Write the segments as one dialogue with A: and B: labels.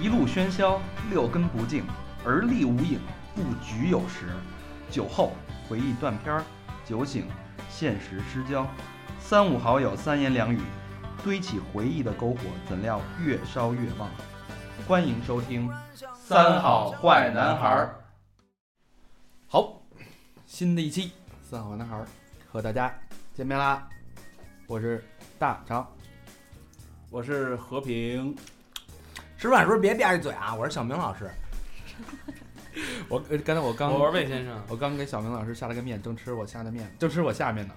A: 一路喧嚣，六根不净，而立无影，不局有时。酒后回忆断片儿，酒醒现实失焦。三五好友三言两语，堆起回忆的篝火，怎料越烧越旺。欢迎收听《三好坏男孩儿》。
B: 好，新的一期《三好男孩》和大家见面啦！我是大长，
C: 我是和平，
D: 吃饭时候别吧唧嘴啊！我是小明老师，
B: 我呃刚才我刚
C: 我是魏先生。
B: 我刚给小明老师下了个面，正吃我下的面，正吃我下面呢。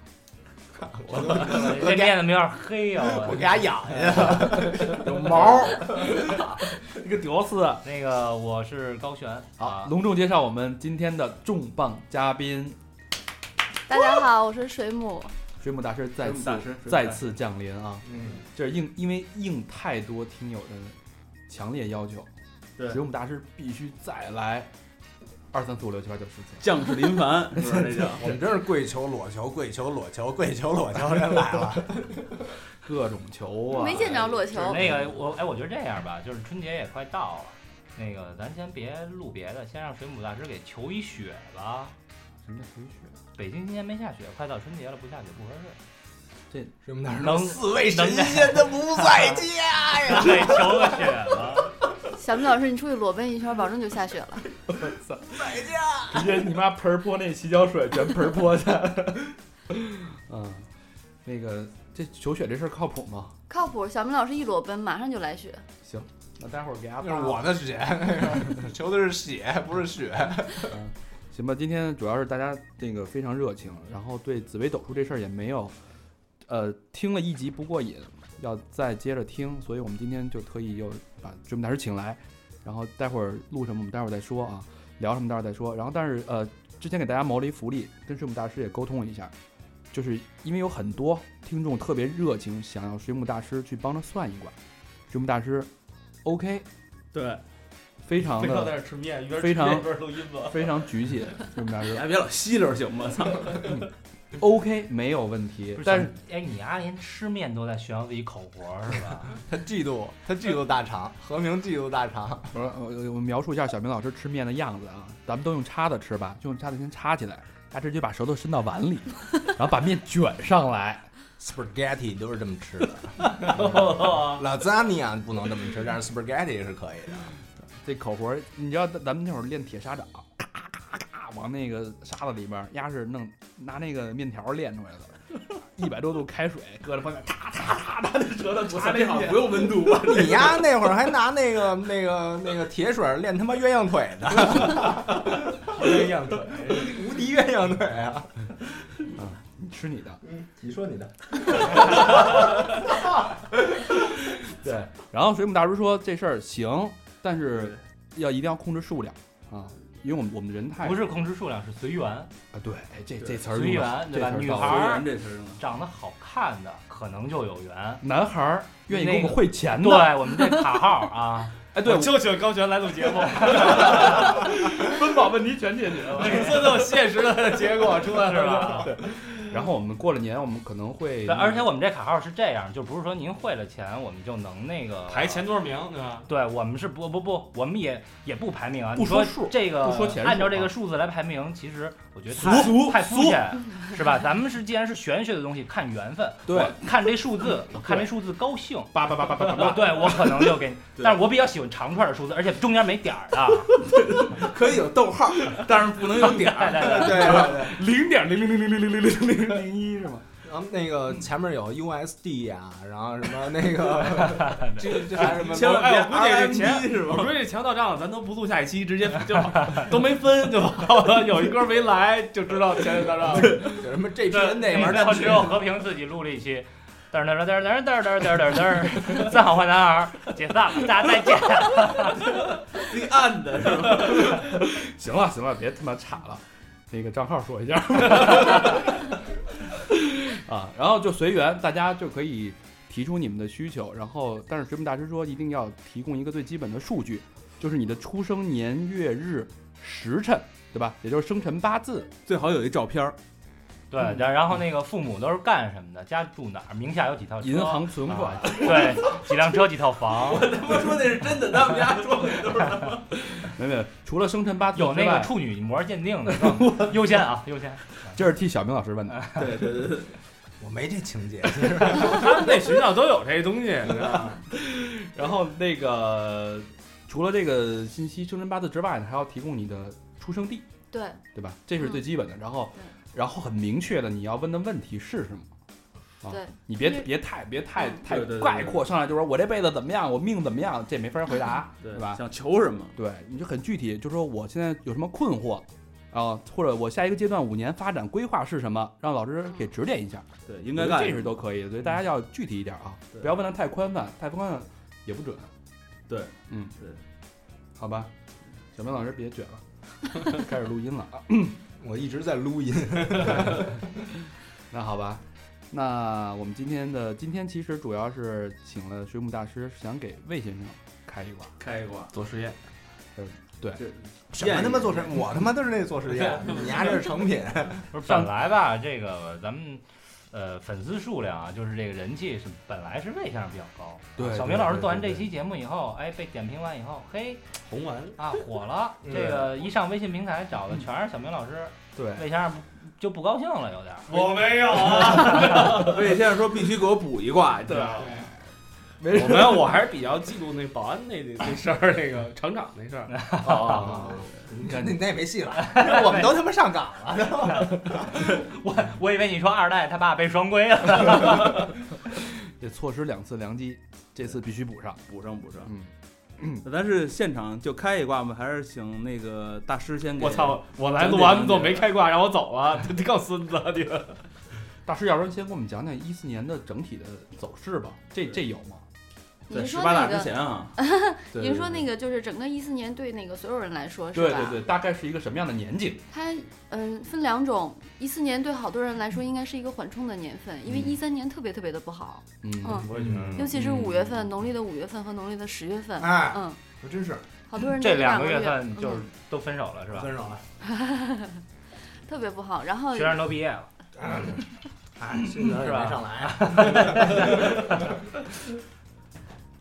C: 这面怎么有点黑啊呀、
D: 我给他痒痒， 有毛儿。
B: 一个屌丝！
C: 那个我是高璇
B: 好，，隆重介绍我们今天的重磅嘉宾，
E: 大家好，我是水母。
B: 水母大师再
C: 再
B: 次
C: 次
B: 再次降临啊！
D: 嗯，
B: 这是应因为应太多听友的强烈要求，
C: 对
B: 水母大师必须再来二三四五六七八九十次。
C: 将士 林凡，是不是那叫？
D: 我们真是跪求裸求，跪求裸求，跪求裸求，真来了。
B: 各种球啊！
E: 没见着落球，
F: 那个我哎，我觉得这样吧，就是春节也快到了，那个咱先别录别的，先让水母大师给求一雪吧。
B: 什么叫回血？
F: 北京今年没下雪，快到春节了，不下雪不合适。
D: 什么大师？
F: 能
D: 四位神仙都不在家呀！
F: 对，求个雪 吧。
E: 小明老师，你出去裸奔一圈，保证就下雪了。
B: 直接你妈盆儿泼那洗脚水全盆儿泼去。 嗯，那个这求雪这事儿靠谱吗？
E: 靠谱，小明老师一裸奔，马上就来雪。
B: 那待会儿给阿
D: 那是我的血， 求的是血，不是血。
B: 行吧。今天主要是大家这个非常热情，然后对紫薇斗数这事儿也没有，呃，听了一集不过瘾，要再接着听，所以我们今天就特意又把追梦大师请来，然后待会儿录什么我们待会儿再说啊，聊什么待会儿再说。然后但是呃，之前给大家谋了一福利，跟水母大师也沟通了一下，就是因为有很多听众特别热情，想要水母大师去帮着算一卦，水母大师，OK，
C: 对，
B: 非常的
C: 那吃面，一
B: 边吃非常面一
C: 边录音吧。
B: 非常举 起，水母大师
C: 还别老吸溜行吗？操！
B: ，OK 没有问题
F: 不，
B: 但是
F: 哎，你丫连吃面都在炫耀自己口活是吧？
D: 他嫉妒，他嫉妒大 肠，何明嫉妒大肠。
B: 我我我描述一下小明老师吃面的样子啊，咱们都用叉子吃吧，就用叉子先插起来，他直接把舌头伸到碗里，然后把面卷上来，
D: Spaghetti 都是这么吃的 ，lasagna 不能这么吃，但是 spaghetti 是可以的。
B: 这口活儿，你知道咱咱们那会儿练铁砂掌，咔咔咔咔往那个沙子里边儿，压是弄拿那个面条儿练出来的，一百多度开水搁在旁边，咔咔咔，他的舌头插那面，
C: 用温度 吧？
D: 你呀，那会儿还拿那个、那个、那个铁水练他妈鸳鸯腿呢，
C: 鸳鸯腿。
D: 无敌鸳鸯腿啊！
B: 你吃你的。
C: 你说你的，
B: 对，然后水母大叔说这事儿行，但是要一定要控制数量啊，因为我们我们人太
F: 不是控制数量，是随缘，
B: 啊，对，哎这这
C: 对
B: 词儿
F: 随
B: 用得
F: 缘
B: 好
F: 对
B: 这
F: 吧
B: 词儿
F: 女
B: 到位
F: 孩儿
C: 这词儿用的
F: 长得好看的可能就有 缘。
B: 男孩儿愿意跟我
F: 那
B: 们
F: 个
B: 汇钱的，
F: 对我们这卡号啊，
B: 哎，对，
C: 就选高璇来录节目，
B: 温饱问题全解决了。
F: 每次都有现实的结果出来是吧？
B: 然后我们过了年，我们可能会，
F: 对，而且我们这卡号是这样，就不是说您汇了钱，我们就能那个
C: 排前。多少名对吧？
F: 对我们是不不不，我们也也不排名啊。
B: 不
F: 你
B: 说
F: 说
B: 数
F: 这个
B: 不说钱数啊
F: 按照这个数字来排名，其实我觉得太
B: 俗
F: 太肤浅，是吧？咱们是既然是玄学的东西，看缘分，
B: 对
F: 我 看这数字，我看这数字 高兴，
B: 叭叭叭叭叭叭
F: 我
B: 叭，
F: 对我可能就给你，
C: 对
F: 但是我比较喜欢长串的数字，而且中间没点儿啊的，
D: 可以有逗号，
C: 但是不能有 点儿。
F: 对对
D: 对
F: 对
D: 对对。
B: 零点零零零零零零零零零零一是吗？
D: 然后那个前面有 USD 啊，然后什么那 个，这这还什么？
C: 千万别，我估计这钱
D: RMB 是
C: 我
D: 吧？
C: 估计这钱到账了，咱都不录下一期，直接就都没分，就好了。有一哥没来，就知道钱到账了。
D: 有 什么 GPN 那玩意
F: 然后
D: 儿？
F: 只有嗯 和平自己录了一期，嘚儿嘚儿嘚儿嘚儿嘚儿嘚儿嘚儿嘚儿， 三好坏男孩儿解散了，大家再见。
C: 立案的是吧？
B: 行了行了，别他妈岔了，那个账号说一下。 啊，然后就随缘，大家就可以提出你们的需求，然后但是水母大师说一定要提供一个最基本的数据，就是你的出生年月日时辰，对吧？也就是生辰八字。
C: 最好有一照片儿，
F: 对，然然后那个父母都是干什么的？家住哪儿？名下有几套车？
B: 银行存款
F: 啊，对，几辆车，几套 房，
G: 他说那是真的，他们家说的都是。
B: 没没，除了生辰八字
F: 有那
B: 之
F: 个
B: 外
F: 处女膜鉴定的， 更优先啊，优先。
B: 这是替小明老师问的。
H: 对对对对，我没这情节，
G: 他们那学校都有这东西，你知道吗？
B: 然后那个除了这个信息生辰八字之外呢，还要提供你的出生地，
E: 对，
B: 对吧？这是最基本的。然后，然后很明确的你要问的问题是什么？啊
E: 对，
B: 你别
E: 因为
B: 别太别太
E: 嗯
B: 太
C: 对对对
B: 概括，上来就说我这辈子怎么样，我命怎么样，这没法回答，
C: 对
B: 对吧？
C: 想求什么？
B: 对，你就很具体，就说我现在有什么困惑。啊，或者我下一个阶段五年发展规划是什么，让老师给指点一下，
C: 对，应该
B: 我觉得
C: 干嗯
B: 这是都可以的，所以大家要具体一点啊，
C: 对
B: 不要问的太宽泛，太宽泛也不准。啊
C: 对，
B: 嗯，
C: 对，
B: 好吧，小明老师别卷了， 开始录音了啊。
H: 我一直在撸音。
B: 那好吧，那我们今天的今天其实主要是请了水母大师，想给魏先生开一卦。
G: 开一挂
B: 做实验，
H: 什么他妈做实验？我他妈都是那做实验，你丫这是成品。
F: 不是本来吧，这个咱们呃粉丝数量啊，就是这个人气是本来是魏先生比较高。
B: 对
F: 小
B: 对
F: 明老师
B: 对
F: 做完
B: 对
F: 这期节目以后，哎，被点评完以后，嘿
C: 红丸
F: 啊火了，
H: 嗯
F: 这个一上微信平台找的全是小明老师，
B: 对，
F: 魏先生就不高兴了，有点儿。
G: 我没有啊，
C: 魏先生说必须给我补一卦，你知
G: 对
C: 道吗
G: 吧？
B: 没
G: 我没有，我还是比较嫉妒那保安那那那事儿，那个厂长那事儿。
B: 啊
H: 哦，
G: 你
H: 那
G: 看，
H: 那也没戏了，我们都他妈上岗了。
F: 我我以为你说二代他爸被双规了。
B: 也错失两次良机，这次必须补上。
C: 补上补上。
B: 嗯，
C: 那咱是现场就开一卦吗？还是请那个大师
F: 嗯
C: 先给？
G: 我操！我来录完之后没开挂，让我走了， 这更孙子！你们
B: 大师，要不然先给我们讲讲一四年的整体的走势吧？这这有吗？
E: 你
C: 在
E: 是
C: 十
E: 说
C: 八
E: 那
C: 大之
E: 个，
C: 前啊，
E: 你是说那个就是整个一四年对那个所有人来说是
B: 对
E: 吧？
B: 对对，大概是一个什么样的年景？
E: 它嗯分两种，一四年对好多人来说应该是一个缓冲的年份，因为
B: 嗯
E: 一三年特别特别的不好，嗯
G: 我也觉得
E: 尤其是
B: 嗯
E: 五月份，农历的五月份和农历的十月份，
H: 哎，
E: 嗯，
H: 我真是
E: 好多人
F: 这
E: 都
F: 两
E: 个
F: 个月份就是
E: 嗯
F: 都分手了是吧？
H: 分手了。
E: 特别不好。然后
F: 学生都毕业了，
H: 哎，新人
C: 嗯
H: 也没上来啊。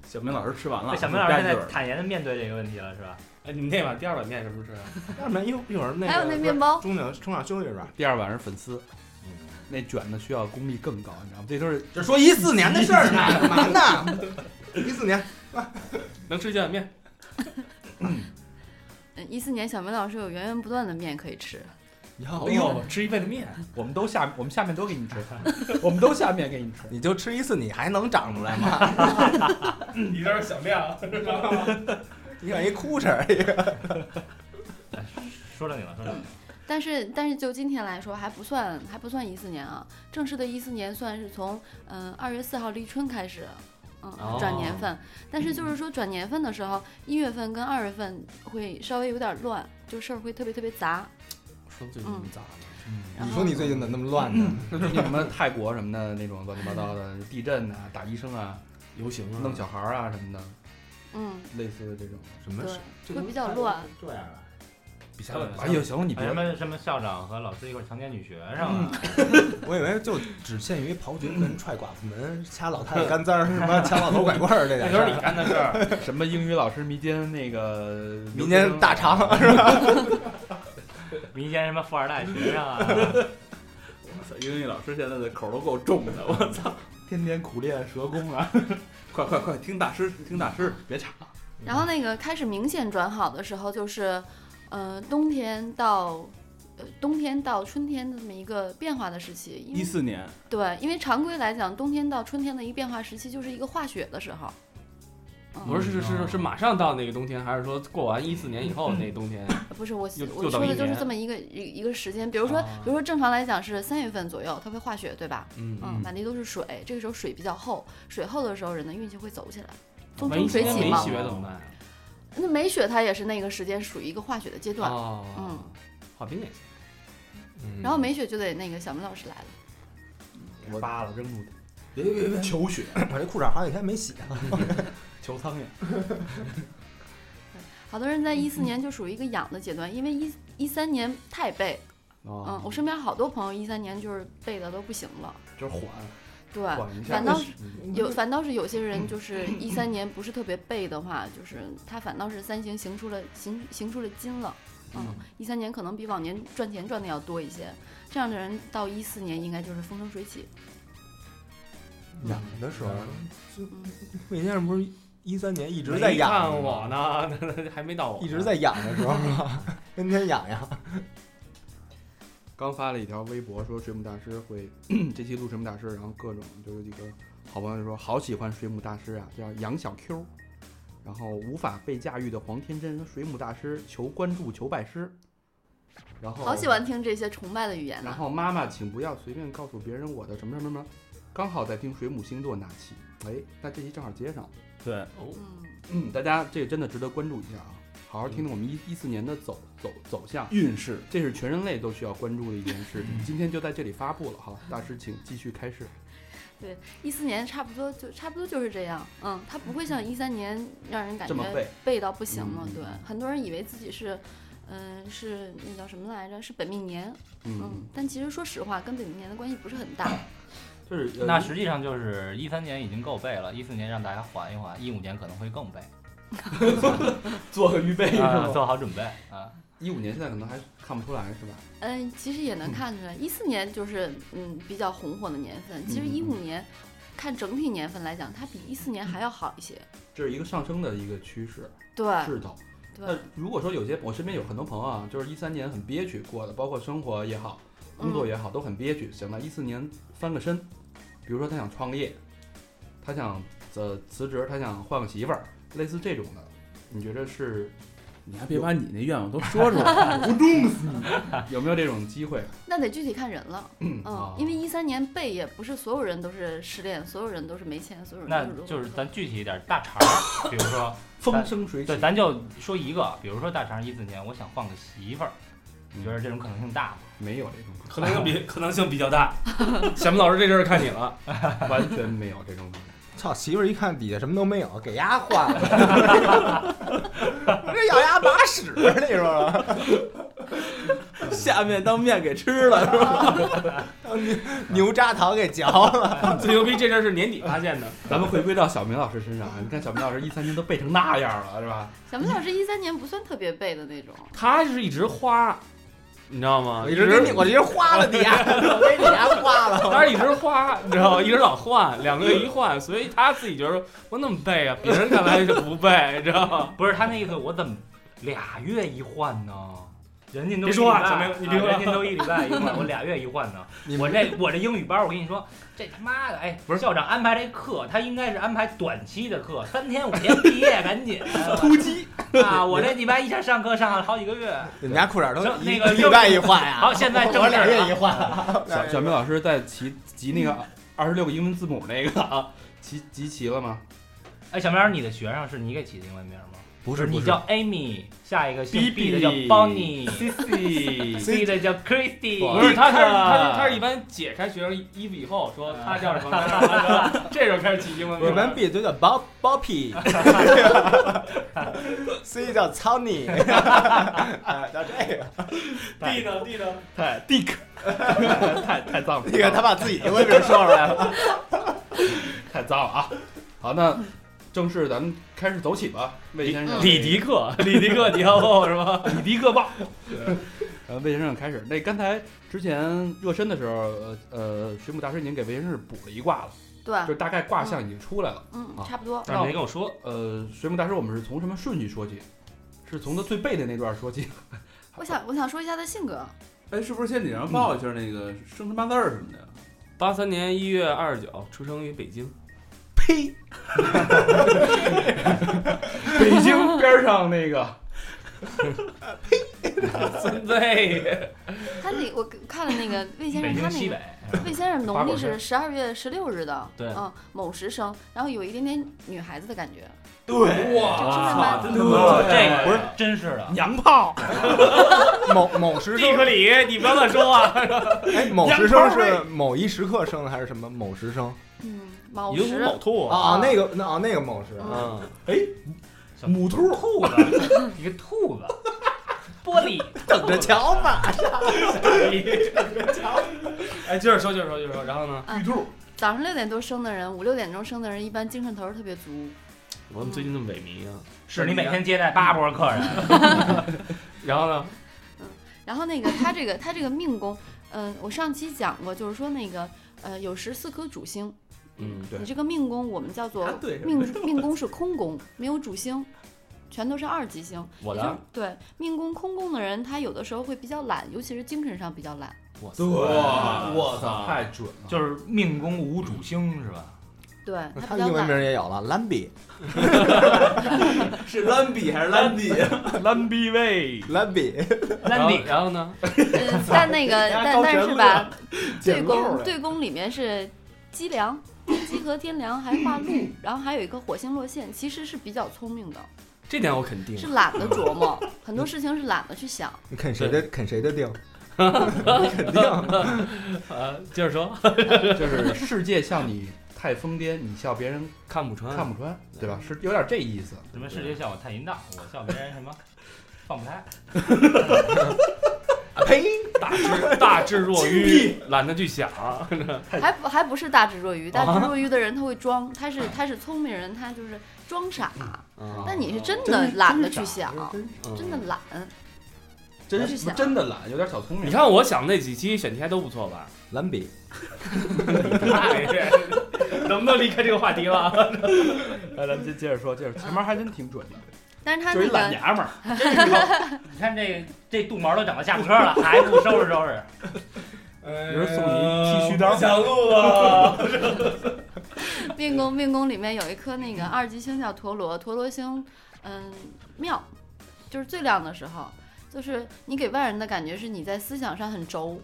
C: 小明老师吃完了，
F: 那小明老师现
C: 该
F: 在
C: 劲儿了
F: 坦然的面对这个问题了是吧？
G: 哎，你那碗第二碗面什么时候吃啊？
H: 要不然一一会儿那个
E: 还有那面包
H: 中场中场休息一会儿。
B: 第二晚是粉丝，那卷的需要功力更高，你知道吗？这都是
H: 这说一四年的事儿呢， 干嘛呢？一四年
G: 能吃几碗面？
E: 嗯一四年小梅老师有源源不断的面可以吃，
C: 啊
H: 哟
G: 哎呦，吃一辈子面，
B: 我们都下，我们下面都给你吃， 我们都下面给 你吃。
H: 你就吃一次，你还能长出来吗？
G: 你这是小面啊？
H: 你想一哭声儿，一个
F: 说正经了，说正
E: 嗯
F: 经了。
E: 但是但是就今天来说还不算还不算一四年啊，正式的一四年算是从嗯二月四号立春开始。嗯
G: 哦，
E: 转年份，但是
H: 嗯
E: 就是说转年份的时候，一月份跟二月份会稍微有点乱，就事儿会特别特别杂。
B: 说最
E: 近
B: 咋了？
E: 然
H: 你
E: 后
H: 说你最近怎么那么乱呢？
B: 嗯那最近什么泰国什么的那种乱七八糟的地震啊、打医生啊、
C: 游行啊，
B: 弄小孩儿啊什么的，
E: 嗯，
B: 类似的这种。
H: 什么事？
E: 对，会比较乱。。
H: 这样啊？
G: 比
F: 小碗
B: 哎呦，行了，你
F: 哎
B: 别
F: 什么什么校长和老师一块儿强奸女学生啊？
H: 我以为就只限于刨绝门、踹寡妇门、掐老
B: 嗯
H: 太太干簪儿，什么掐老头拐棍儿这
G: 那
H: 点
G: 都
H: 事
G: 是你
H: 儿。
G: 干的事儿。
B: 什么英语老师迷奸那个
H: 民间大肠
B: 啊
H: 是吧？
F: 民间什么富二代学生啊？
C: 我操英语老师现在的口儿都够重的，我 操！
B: 天天苦练舌功啊。
C: 快快快，听大师，听大师，别吵。
E: 然后那个开始明显转好的时候，就是，呃，冬天到，呃，冬天到春天的这么一个变化的时期。因
C: 一
E: 为
C: 四年，
E: 对，因为常规来讲，冬天到春天的一个变化时期就是一个化雪的时候。嗯、
G: 我说是是是是马上到那个冬天，还是说过完一四年以后那冬天？
E: 不是我
G: 又
E: 我
G: 又等
E: 说的
G: 一
E: 就是
G: 年
E: 这么一个一一个时间，比如说、
G: 啊
E: 比如说正常来讲是三月份左右它会化雪，对吧？
G: 嗯
E: 嗯，满地都是水，这个时候水比较厚，水厚的时候人的运气会走起来，风
G: 啊万一今
E: 生水
G: 天
E: 起
G: 没
E: 嘛。
G: 学怎么办啊？
E: 那没雪它也是那个时间属于一个化雪的阶段，
G: 哦，
E: 嗯，
G: 画饼也行。
E: 然后没雪就得那个小明老师来了。
B: 嗯我扒了扔出去，
H: 别别别，
B: 求雪，
H: 我这裤衩好几天没洗了。
B: 求苍蝇。
G: 嗯
E: 好多人在一四年就属于一个养的阶段，因为一一三年太背，
G: 哦
E: 嗯
B: 啊，，
E: 我身边好多朋友一三年就是背的都不行了，
B: 就是缓
E: 对，
B: 缓一下，
E: 反倒
B: 嗯
E: 是有反倒是有些 人就是一三年不是特别背的话，就是他反倒是三行行出了行行出了金了。嗯，一三年可能比往年赚钱赚的要多一些，这样的人到一四年应该就是风生水起。
C: 养的时候，
E: 嗯，
C: 魏先生不是一三年一
I: 一
C: 直在养
I: 看
C: 着吗
I: 我呢， 还没到我呢，
C: 一直在养的时候是吧？ 天天养养。
B: 刚发了一条微博说水母大师会这期录水母大师，然后各种就是这个好朋友就说好喜欢水母大师啊，叫杨小 Q，然后无法被驾驭的黄天真说水母大师求关注求拜师，然后
E: 好喜欢听这些崇拜的语言
B: 哦
E: 啊
B: 然
E: 呐、
B: 后妈妈，请不要随便告诉别人我的什么什么什么。刚好在听水母星座那期，哎，那这期正好接上了。
J: 对，
E: 嗯，
B: 嗯，大家这个真的值得关注一下啊，好好
J: 嗯
B: 听听我们一一四年的走走走向，
J: 运势
B: 这是全人类都需要关注的一件 事情。今天就在这里发布了哈，大师请继续开始。
E: 一四年差不多就差不多就是这样。嗯，他不会像一三年让人感
J: 这么
E: 觉
J: 背
E: 背到不行了
B: 嗯。
E: 对，很多人以为自己是，嗯、是那叫什么来着？是本命年。
B: 嗯
E: 嗯，，但其实说实话，跟本命年的关系不是很大。
B: 就是呃
F: 那实际上就是一三年已经够背了，一四年让大家缓一缓，一五年可能会更背，
J: 做个预备是
F: 啊
J: 吧？
F: 做好准备啊。
B: 呃一五年现在可能还看不出来是吧？
E: 嗯，其实也能看出来，一四年就是嗯比较红火的年份。其实一五年，看整体年份来讲，它比一四年还要好一些。
B: 这是一个上升的一个趋势
E: 对
B: 势头。那
E: 对，
B: 如果说有些我身边有很多朋友啊，就是一三年很憋屈过的，包括生活也好，工
E: 嗯
B: 作也好，都很憋屈。想到一四年翻个身，比如说他想创业，他想呃辞职，他想换个媳妇儿，类似这种的，你觉得是
J: 你还别把你那愿望都说出来，我弄死你！
B: 有没有这种机会？
E: 那得具体看人了。
B: 啊
E: 嗯，因为一三年背也不是所有人都是失恋，所有人都是没钱，所有人
F: 那
E: 都是如何
F: 就是
E: 如何
F: 咱具体一点，大肠儿，比如说，
B: 风生水起
F: 对，，咱就说一个，比如说大肠一四年，我想换个媳妇儿，你觉得这种可能性大吗？
B: 没有这种 可
I: 可能性比可能性比较 大。小明老师这阵儿看你了，
B: 能，完全没有这种可能。
C: 操，媳妇儿一看底下什么都没有，给丫换 了，这咬牙拔屎，你说说
J: 下面当面给吃了是吧？
C: 牛轧糖给嚼 了，
I: 最牛逼这阵儿是年底发现的，
B: 咱们回归到小明老师身 上啊，你看小明老师一三年都背成那样了，是吧？
E: 小明老师一三年不算特别背的那种，
I: 他是一直花，你知道吗？
C: 我一直给你，我一直花了 你丫，我给你丫花了。
I: 他是一直花，你知道吗？一直老换，两个月一 换，所以他自己觉得我怎么背啊？别人看来就不背，你知道吗？
F: 不是他那意思，我怎么俩月一换呢？人家都
I: 别说话
F: 一礼拜
I: 小明你别说
F: 啊人家都一礼拜一换，我俩月一换呢。
C: 你
F: 我这我这英语班，我跟你说，这他妈的，哎，不是校长安排这课，他应该是安排短期的课，三天五天毕业，赶紧 突击啊！我这礼拜一下上课上了好几个月。
C: 你们家裤衩都
F: 行
C: 一
F: 那个
C: 礼拜一换呀？
F: 好，现在正
C: 我
F: 事
C: 俩
F: 儿
C: 月
F: 啊
C: 一换了。
B: 小小明老师在集集那
C: 嗯
B: 个二十六个英文字母那个啊，集集齐了吗？
F: 哎，小明，你的学生是你给起的英文名吗？
B: 不
F: 你叫 Amy，下一个姓
B: BB
F: B 的叫 Bonnie，C 的叫 Christy，
I: 不是，他开始啊他
F: 啊
I: 他是一般解开学生衣服以后说他叫 什么，他叫什么 这时候开始起英文名。
C: 你们闭嘴叫 Bob Boppy，C 叫 Tony，哎叫这个，
I: 地呢地呢，
J: 太 Dick，太太 脏
C: 你看他把自己英文名说出来了。
B: 太脏了啊！好，那正式咱们开始走起吧，魏先
F: 嗯
B: 生。
I: 李迪克，李迪克，你要后是吧？
B: 李迪克棒。呃，魏先生开始。那刚才之前热身的时候，呃呃，水母大师已经给魏先生补了一卦了，
E: 对，
B: 就是大概卦象已经出来了。
E: 嗯
B: 啊，
E: 差不多。
F: 但是没跟我说，
B: 呃，水母大师，我们是从什么顺序说起？是从他最背的那段说起？
E: 我想我想说一下他性格，
J: 哎，是不是先得让人报一下那个生辰八字儿什么的？
I: 八三年一月二十九出生于北京，
C: 呸！
B: 北京边儿上那个，
I: 孙辈。
E: 他那我看了那个魏先
F: 北
E: 生，他
F: 京
E: 那
F: 西
E: 个
F: 北。
E: 魏先生
B: 八
E: 农
B: 宝
E: 历
B: 山
E: 是十二月十六日的，
I: 对
E: 嗯，某时生，然后有一点点女孩子的感觉，
J: 对，
E: 哇
F: 哇
E: 真
J: 的吗
F: 啊 这个
C: 不是
F: 真是的，
J: 娘 炮，
C: 某某时
I: 蒂克
C: 生，
I: 里，你不要乱说啊！
C: 哎，某时生是某一时刻生的还是什么某时生？
E: 嗯，卯
I: 寅
E: 时
I: 卯兔
C: 啊，啊，那个那啊那个某时，
E: 嗯
I: 嗯，
J: 母兔，
F: 兔子，一个兔子，玻璃，
K: 等着瞧吧。
L: 哎，接着说，接着说，接着说。然后呢？
E: 玉
L: 柱，
E: 哎早上六点多生的人，五六点钟生的人，一般精神头儿特别足。
L: 我怎么最近那么萎靡啊？
F: 是你每天接待八波客人，
L: 然后呢？
E: 然后那个他这个他这个命宫，嗯、我上期讲过，就是说那个呃有十四颗主星，
L: 嗯，
E: 你这个命宫我们叫做
M: 对
E: 命命宫是空宫，没有主星，全都是二级星。
F: 我
E: 也就是
F: 的，
E: 对命宫空宫的人，他有的时候会比较懒，尤其是精神上比较懒。
F: 我
K: 对
F: 我操，
C: 太准了，
F: 就是命宫无主星是吧？
E: 对他
K: 他
E: 比较
K: 英文
E: 懒，
K: 名也有了，兰 比，
M: 是兰比还是兰迪？
L: 蓝逼位。
K: 兰比，
F: 兰迪
L: 然后呢？
E: 呃但那个
K: 家
E: 但
K: 高
E: 但
K: 悬
E: 是
K: 了
E: 吧，对
K: 捡漏
E: 宫
K: 了。
E: 对宫里面是鸡梁、鸡和天梁，还化禄，然后还有一个火星落陷，其实是比较聪明的，
C: 这点我肯定。
E: 是懒得琢磨，很多事情是懒得去想。
K: 你啃谁的？啃谁的腚？你肯定。
L: 呃，接着说。
C: 就是世界向你太疯癫，你笑别人
L: 看不穿，
C: 看不穿，对吧？是有点这意思。
F: 什么世界笑我太淫荡，我笑别人什么放不开。
K: 呸！
L: 大智大智若愚，懒得去想。
C: 啊
E: 还不还不是大智若愚，大智若愚的人他会装，他是他是聪明人，他就是装傻。但你是真的懒得去想，
C: 嗯
E: 真的懒。
C: 真
E: 我是想
C: 真的懒，有点小聪明。
L: 你看，我想那几期选题还都不错吧？
K: 兰比，
L: 能不能离开这个话题了？
C: 哎
L: 来，咱们接接着说，接
E: 嗯
L: 着说
C: 前面还真挺准的，
E: 但是他
C: 就是一
E: 那
C: 懒
E: 个
C: 娘们儿。
F: 真是有你看这这肚毛都长到下巴颏儿了，还不收拾收拾？
K: 有
L: 呃
C: 有人送你一剃须刀，
M: 想录啊！
E: 命宫命宫里面有一颗那个二级星叫陀螺，陀螺星，嗯，妙，就是最亮的时候，就是你给外人的感觉是你在思想上很轴，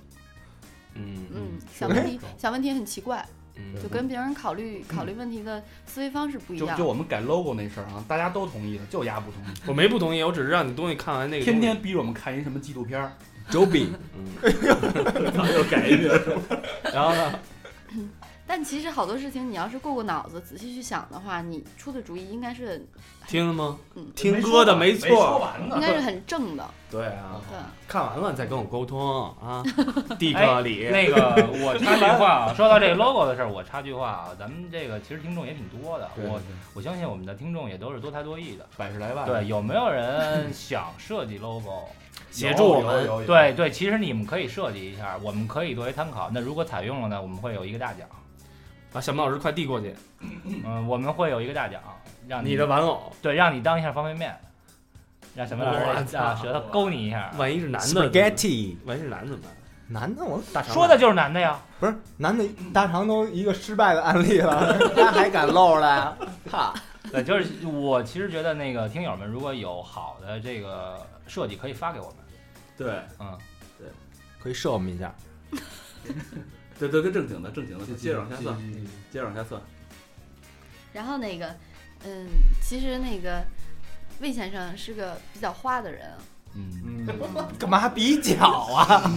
L: 嗯
E: 嗯，想问题想问题很奇怪，
L: 嗯
E: 就跟别人考虑考虑问题的思维方式不一
C: 就
E: 样
C: 就。我们改 logo 那事儿啊，大家都同意了，就丫不同意，
L: 我没不同意，我只是让你东西看完那个东
C: 天
L: 西。嗯
C: 天逼着我们看一什么纪录片儿。
K: 周比，
C: 嗯
M: 又改一遍。
L: 然后呢？
E: 但其实好多事情，你要是过过脑子，仔细去想的话，你出的主意应该是
L: 听了吗？
E: 嗯
M: 听
L: 歌的没
M: 没
L: 错
M: 说完
E: 应
M: 呢。
E: 该是很正的。
L: 对啊，
E: 对，
L: 看完了再跟我沟通 啊，蒂克里。
F: 那个我插句话啊，说到这个 logo 的事儿，我插句话啊，咱们这个其实听众也挺多的，我我相信我们的听众也都是多才多艺的。
C: 百十来万，
F: 对，有没有人想设计 logo？
L: 协助我们
C: 有，有有
F: 对对，其实你们可以设计一下，我们可以作为参考。那如果采用了呢，我们会有一个大奖，
L: 把小明老师快递过去，
F: 嗯，我们会有一个大奖，
K: 嗯
F: 让
L: 你的玩偶，
F: 对，让你当一下方便面，让什么老
L: 我
F: 师
L: 操
F: 啊舌头勾你一下。
L: 万一是男的
K: ，spaghetti，
L: 万一是男的怎么办？
K: 男的我大肠
F: 说的就是男的呀，
K: 不是男的，大肠都一个失败的案例了， 他还敢露出来？啊哈，
F: 对，就是我其实觉得那个听友们如果有好的这个设计，可以发给我们。
M: 对
F: 嗯，
K: 可以射我们一下。
M: 对对，跟正经的正经的，接着往下
C: 继续
M: 算，
C: 继续
K: 嗯
M: 接着往下算。
E: 然后那个，嗯，其实那个魏先生是个比较花的人，
F: 嗯，
C: 嗯，
K: 干嘛比较啊？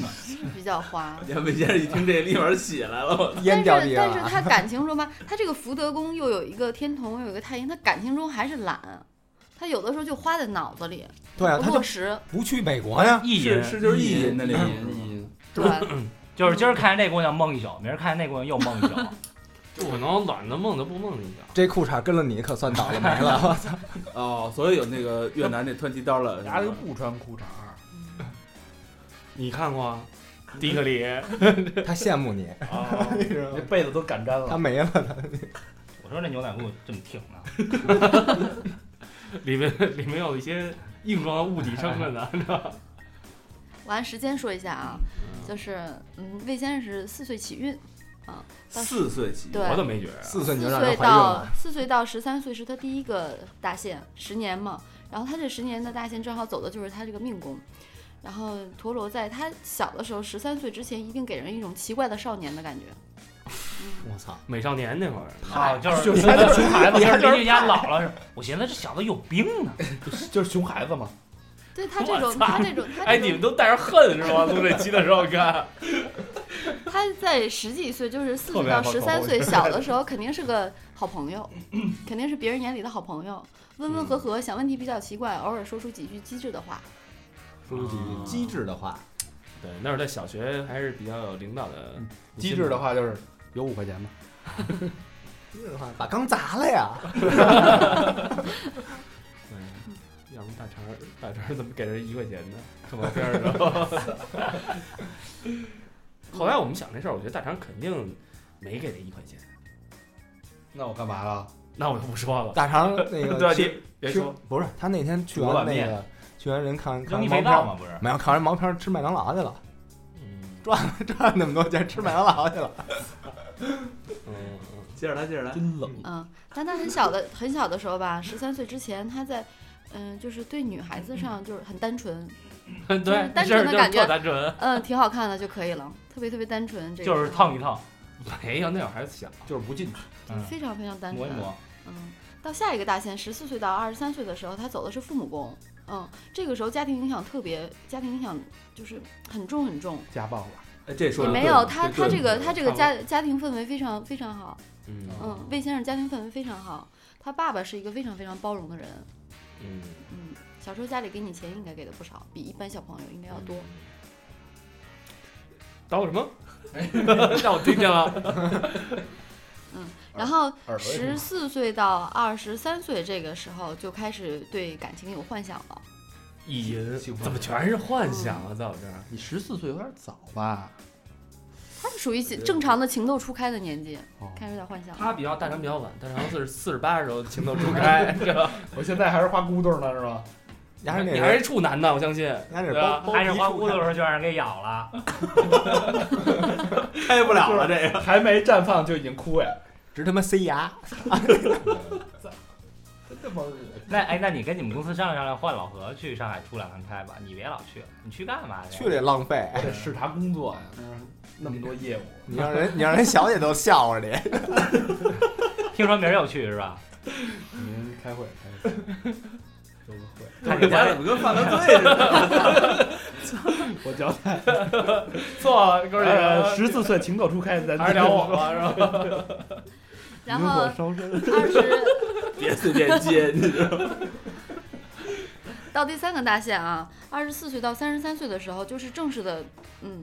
E: 比较花。
M: 魏先生一听这，立马起来了。 我
K: 烟掉
E: 但
K: 地
E: 是
K: 上
E: 但是
K: 了。啊
E: 他感情中吧，他这个福德宫又有一个天同，又有一个太阴，他感情中还是懒，他有的时候就花在脑子里，
K: 对啊，
E: 不
K: 他
E: 落
K: 就
E: 实。
K: 不去美国呀。
F: 意
M: 是
F: 淫
M: 是就是意淫的那
C: 意
M: 种。
C: 淫意淫
E: 对，
F: 就是今儿看见这姑娘梦一宿，明儿看见那姑娘又梦一宿。
L: 就可能懒得梦都不梦一觉。
K: 这裤衩跟了你可算倒了霉了。
M: 哦，所以有那个越南那湍急刀了。
C: 丫就不穿裤衩儿，
L: 你看过啊？蒂克里，
K: 他羡慕你，
M: 啊
C: 这被子都擀干
K: 他
C: 了。
K: 没了。
F: 我说那牛仔裤这么挺呢，
L: 里面里面有一些硬装的物体成分的。
E: 我按时间说一下啊，就是嗯，魏先生是四岁起运，
M: 四岁起，
E: 对
L: 我怎么没觉着？
K: 四岁你就
E: 四
K: 让人
E: 岁
K: 怀孕
E: 到
K: 了，
E: 四岁到十三岁是他第一个大限，十年嘛。然后他这十年的大限正好走的就是他这个命宫。然后陀螺在他小的时候，十三岁之前一定给人一种奇怪的少年的感觉。嗯
K: 我操！
L: 美少年那会儿，
F: 啊，就是
C: 就
F: 就是是孩子，就是邻居家老了，我寻思这小子有病啊呢。
C: 就是熊孩子嘛，
E: 对他这种，
L: 我操
E: 他这种，他这种，
L: 哎，你们都带着恨是吧？录这期的时候 看，
E: 他在十几岁，就是四
C: 特
E: 岁
C: 别爱
E: 到
C: 放
E: 十
C: 口
E: 三
C: 红
E: 岁小的时候，肯定是个好朋友，肯定是别人眼里的好朋友，温温和和，想问题比较奇怪，偶尔说出几句机智的话。
K: 说出几
L: 啊
K: 句机智的话。
B: 对，那会儿在小学还是比较有领导的
C: 嗯机智的话就是有五块钱吗？
K: 机智的话，把缸砸了呀！
B: 对，要不大肠儿大肠儿怎么给人一块钱呢？看毛片儿的时 候。后来我们想这事儿，我觉得大肠肯定没给他一块钱，
C: 那我干嘛啊了？
B: 那我就不说了。
K: 大肠
C: 哎
K: 那个
B: 对，
K: 去
B: 你别
K: 去
B: 说，
K: 不是他那天去
F: 煮了
K: 完
F: 碗
K: 那
F: 面
K: 个去完人看完看
F: 扔一
K: 完毛
F: 肥
K: 片
F: 皂
K: 儿，
F: 嘛，不是？
K: 没有看完毛片儿吃麦当劳去了，
B: 嗯
K: 赚那么多钱吃麦当劳去了。
B: 嗯，
M: 接着来，接着来。
C: 真冷。
E: 嗯，但他很小的很小的时候吧，十三岁之前，他在嗯、就是对女孩子上就是很单纯，
B: 嗯对，
E: 单
B: 这事
E: 纯
B: 儿就
E: 的
B: 是
E: 感觉
B: 特单纯，
E: 嗯，挺好看的就可以了，特别特别单纯，这个
F: 就是
E: 时候
F: 烫一烫，
B: 没有那会儿还小，
C: 就是不进去，
F: 嗯
E: 非常非常单
F: 磨
E: 纯，
F: 一磨。
E: 嗯，到下一个大限，十四岁到二十三岁的时候，他走的是父母宫。嗯，这个时候家庭影响特别，家庭影响就是很重很重。
C: 家暴了。
M: 哎，这说
E: 也
M: 的
E: 没
M: 对
E: 有他，他
M: 对
E: 这个他这个
B: 看过
E: 家家庭氛围非常非常好。
B: 嗯
E: 嗯，魏先生家庭氛围非常好，他爸爸是一个非常非常包容的人。
B: 嗯，
E: 嗯，小时候家里给你钱应该给的不少，比一般小朋友应该要多。
M: 嗯
B: 打嗯我什么？ 让我听见了，
E: 然后
C: 耳朵也
E: 十四岁到二十三岁这个时候就开始对感情有幻想了。
B: 意淫怎么全是幻想啊？在我这儿，
C: 你十四岁有点早吧？
E: 他是属于正常的情窦初开的年纪，
C: 哦，
E: 开始有点幻想了。
B: 他比较大肠比较晚，大肠是四十八的时候情窦 初开，是吧？
C: 我现在还是花骨朵呢，是吧？
K: 压 着那
B: 你还
K: 人，
B: 是处男呢，我相信。
K: 压着
B: 对吧
K: 包包
F: 还是
K: 皮
F: 花
K: 出
F: 骨
K: 来
F: 朵的时候就让人给咬了，
M: 开 不了了，这个
C: 还没绽放就已经枯萎。
K: 直他妈塞牙。
F: 那哎，那你跟你们公司商量商量，换老何去上海出两趟差吧，你别老去了，你去干嘛去？
K: 去了也浪 费。
C: 我得视察哎工作呀，
M: 嗯
C: 那么多业务，
K: 你让人，你让人小姐都笑话你。
F: 听说明儿又去 是吧？
C: 您开会，开会，周个 会，
M: 看你家怎么跟犯了罪似的？
C: 我交代。
B: 错了，哥儿几
F: 呃
B: 个，
C: 哎十四岁情窦初开，咱
B: 还是聊我吧，是吧？
E: 然后
C: 烧身。
E: 二十
M: 别随便接，你知道吗
E: 到第三个大限啊，二十四岁到三十三岁的时候，就是正式的，嗯，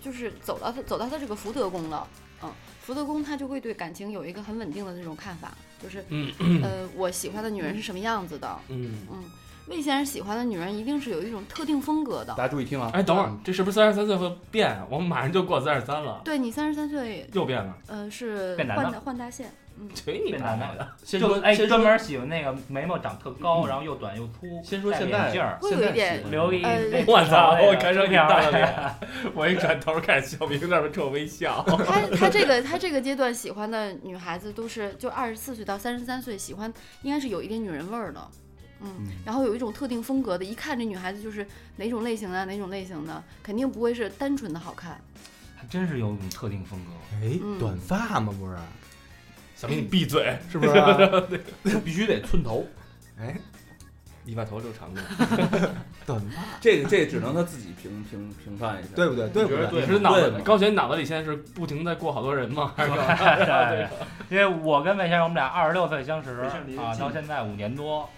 E: 就是走到他走到他这个福德宫了。嗯，福德宫他就会对感情有一个很稳定的那种看法，就是，
B: 嗯
E: 呃，我喜欢的女人是什么样子的？
B: 嗯，
E: 嗯，魏先生喜欢的女人一定是有一种特定风格的。
C: 大家注意听啊！
B: 哎，等会儿，这是不是三十三岁会变啊？我马上就过三十三了，
E: 对你三十三岁，
B: 又变了，
E: 呃，是
F: 变男的
E: 换大换大限。嗯，
B: 去你
F: 变
B: 妈
F: 男
B: 的！
F: 的，
C: 先
F: 就
C: 说，
F: 哎
C: 先
F: 专
C: 说，
F: 门喜欢那个眉毛长特高，然后又短又粗，
C: 先说
F: 戴个
C: 现在嗯哎
F: 眼镜儿，
E: 会有一点
C: 现在喜欢
F: 留个一
E: 呃
F: 那
B: 我操！
F: 那个
B: 我看上你
F: 条
B: 大了
F: 儿
B: 脸，我一转头看小明在那边冲我微笑。
E: 他他这个他这个阶段喜欢的女孩子都是就二十四岁到三十三岁，喜欢应该是有一点女人味儿的，嗯，然后有一种特定风格的，一看这女孩子就是哪种类型的哪种类型的，肯定不会是单纯的好看。
F: 还 真是有种特 定风格。
K: 哎
E: 嗯
K: 短发吗？不是，
B: 小明，你闭嘴！
K: 是啊不是？
C: 必须得寸头，
K: 哎，
B: 你把头留长点，
K: 短发，
M: 这个这只能他自己评评评判一下。
K: 对不对？对不对？
B: 你是脑
M: 对
B: 子
M: 嘛
B: 高璇脑子里现在是不停在过好多人吗？还是怎么
F: 对对，因为我跟魏先生我们俩二十六岁相识
M: 没事离得
F: 啊，
M: 近
F: 到现在五年多，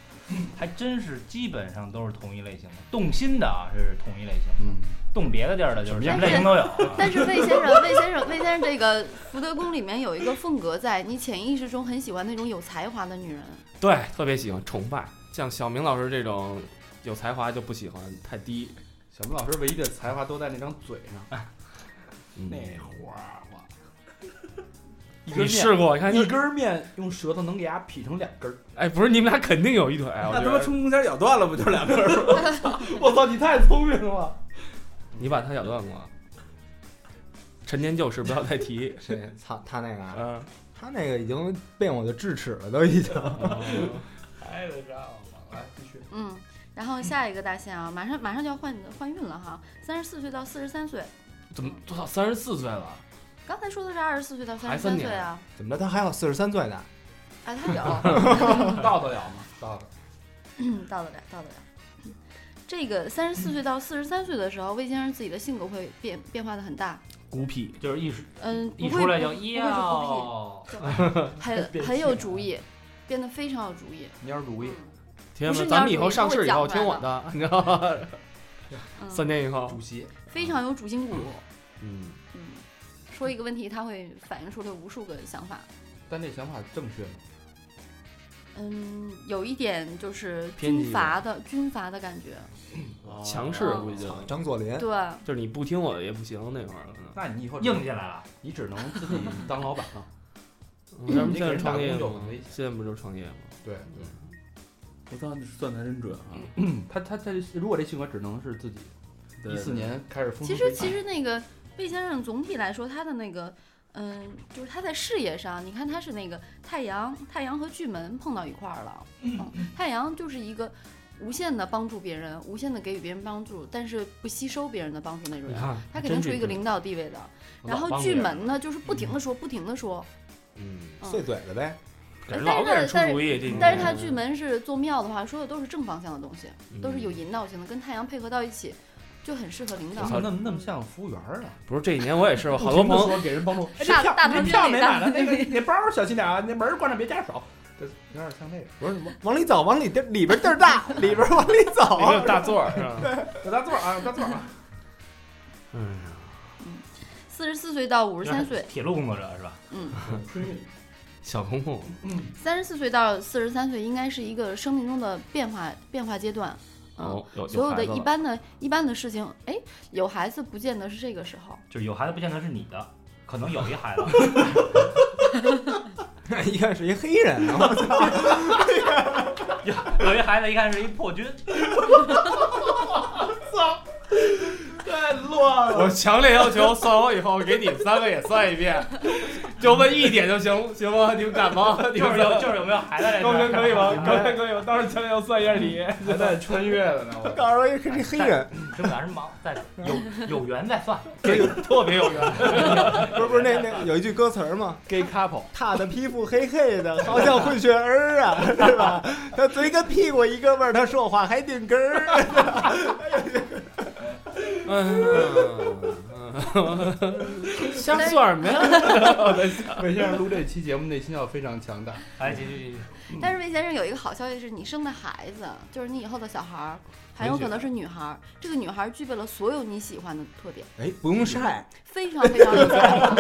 F: 还真是基本上都是同一类型的，动心的啊是同一类型，
C: 嗯，
F: 动别的地儿的就是
E: 什
F: 什
E: 么
F: 么
E: 类
F: 类
E: 型
F: 型都有。啊
E: 但是魏先生魏先生魏先生这个福德宫里面有一个风格在，你潜意识中很喜欢那种有才华的女人。
B: 对，特别喜欢崇拜，像小明老师这种有才华就不喜欢，太低。
C: 小明老师唯一的才华都在那张嘴上，
B: 嗯
C: 那会儿我， 一根
B: 你
C: 面，
B: 试过？你看
C: 一
B: 你，
C: 根面用舌头能给它劈成两根儿。
B: 哎，不是你们俩肯定有一腿，啊我
M: 那
B: 觉
M: 他妈
B: 得
M: 从中间咬断了，不就两根儿吗？
C: 我操，你太聪明了！
B: 你把他咬断过。陈年旧事不要再提。
K: 谁？操他那个啊，
B: 嗯，
K: 他那个已经被我的智齿了，都已经。
B: 哦
C: 太有招了，来继续。
E: 嗯，然后下一个大限啊，马上马上就要换换运了哈，三十四岁到四十三岁，
B: 怎么多少三十四岁了？
E: 刚才说的是二十四岁到三
B: 还
E: 十
B: 三
E: 三
B: 年
E: 岁啊，
K: 怎么着？他还有四十三岁呢。
E: 啊他 有。
C: 到得了吗？到得了。
E: 嗯，到得了，到得了。嗯这个三十四岁到四十三岁的时候，魏先生自己的性格会变变化的很大，
B: 孤僻，
F: 就是一出
E: 嗯，不
F: 一
E: 会
F: 出来就
E: 不
F: 一
E: 不会是孤
F: 要，
E: 僻，很很有主意，变得非常有主意。嗯
C: 蔫儿主意，
B: 听见
E: 不是
B: 没？啊
E: 你
B: 咱
E: 要
B: 们以
E: 主
B: 后
E: 意
B: 上
E: 给我
B: 市以
E: 讲
B: 后
E: 出来
B: 听我的，你知道吗？三
E: 嗯，
B: 年以后，
C: 主席，
E: 非常有主心骨。
B: 嗯，
E: 嗯，说一个问题，他会反映出来无数个想法。
C: 但这想法正确吗？
E: 嗯，有一点就是
B: 偏激
E: 军阀的军阀的感觉，
B: 强势
E: 哦
B: 估计就
K: 张作霖，
E: 对，
B: 就是你不听我的也不行，那会儿可能。
C: 那你以后
F: 硬起来了。
C: 你只能自己当老板 了。
B: 嗯要不
C: 你给
B: 现在
C: 人打
B: 创
C: 工
B: 业
C: 就
B: 吗
C: 很危险？
B: 现在不就是创业吗？
K: 对，
M: 我操，你算的还真准啊！
C: 嗯他他他，如果这性格只能是自己。
M: 对
C: 一四年开始封。
E: 其实其实那个魏先生总体来说，他的那个嗯，就是他在事业上，你看他是那个太阳太阳和巨门碰到一块儿了，嗯，太阳就是一个。无限的帮助别人，无限的给予别人帮助，但是不吸收别人的帮助那种
B: 你
E: 人，
B: 看，
E: 他肯定处于一个
B: 真
E: 领导地位的。
B: 是
E: 然
B: 老帮
E: 后
B: 助
E: 巨
B: 人，
E: 门呢，就是不停的说，不停的说，
B: 嗯，
E: 嗯
K: 碎嘴子呗，
B: 给人老给人出
E: 但是
B: 主意，这种
E: 但是他巨门是做庙的话，说的都是正方向的东西，都是有
B: 嗯
E: 引导性的，跟太阳配合到一起，就很适合领导
B: 我。操
C: 那么那么像服务员儿啊，
B: 不是这一年我也是， 我好多朋友
C: 友给人帮助，
E: 哎大大
C: 那
E: 团
C: 票
E: 圆
C: 没
E: 里
C: 买
E: 大
C: 了，
E: 团
C: 那
E: 圆
C: 个
E: 里
C: 那包儿小心点啊，那门儿关上别夹手。
K: 这有点像那个。
B: 不是我
K: 往里走，往里地里边地儿大， 里边往里走。
B: 那个大座 儿是吧？
C: 有大座儿啊，有大座儿 啊。
B: 嗯，
E: 四十四岁到五十三岁，
F: 铁路工作者是吧？
E: 嗯，
B: 小公公，
E: 三十四岁到四十三岁应该是一个生命中的变化变化阶段。嗯，
B: 哦，有
E: 所有的
B: 孩子
E: 一
B: 了
E: 般的一般的事情，哎，有孩子不见得是这个时候。
F: 就是有孩子不见得是你的，可能有一孩子，
K: 一看是一黑人，啊 我操
F: 有一孩子一看是一破 军，
B: 我强烈要求算我以后给你们三个也算一遍，就问一点就行，行吗？你们敢 吗？你
F: 就
B: 们
F: 是有就是有没有孩子这事儿
B: 以 吗？可以可以吗？当时强烈要算一下你，
C: 还在穿越了呢， 我
K: 告诉我一看是一黑 人，
F: 真不赶是忙， 再有有缘再算，
B: 这个特别有缘。
K: 不是不是那那有一句歌词儿吗？
C: gay couple，
K: 他的皮肤黑黑的，好像混血儿啊， 是吧？他嘴跟屁股一个味儿，他说话还顶根儿。
B: 嗯， 瞎算 什么呀？
C: 魏先生录这期节目内心要非常强大。
F: 哎，继续继续，
B: 嗯
E: 但是魏先生有一个好消息是，你生的孩子，就是你以后的小孩儿，很有可能是女孩儿。这个女孩儿具备了所有你喜欢的特点，
K: 哎，不用晒，
E: 非常非常有才华。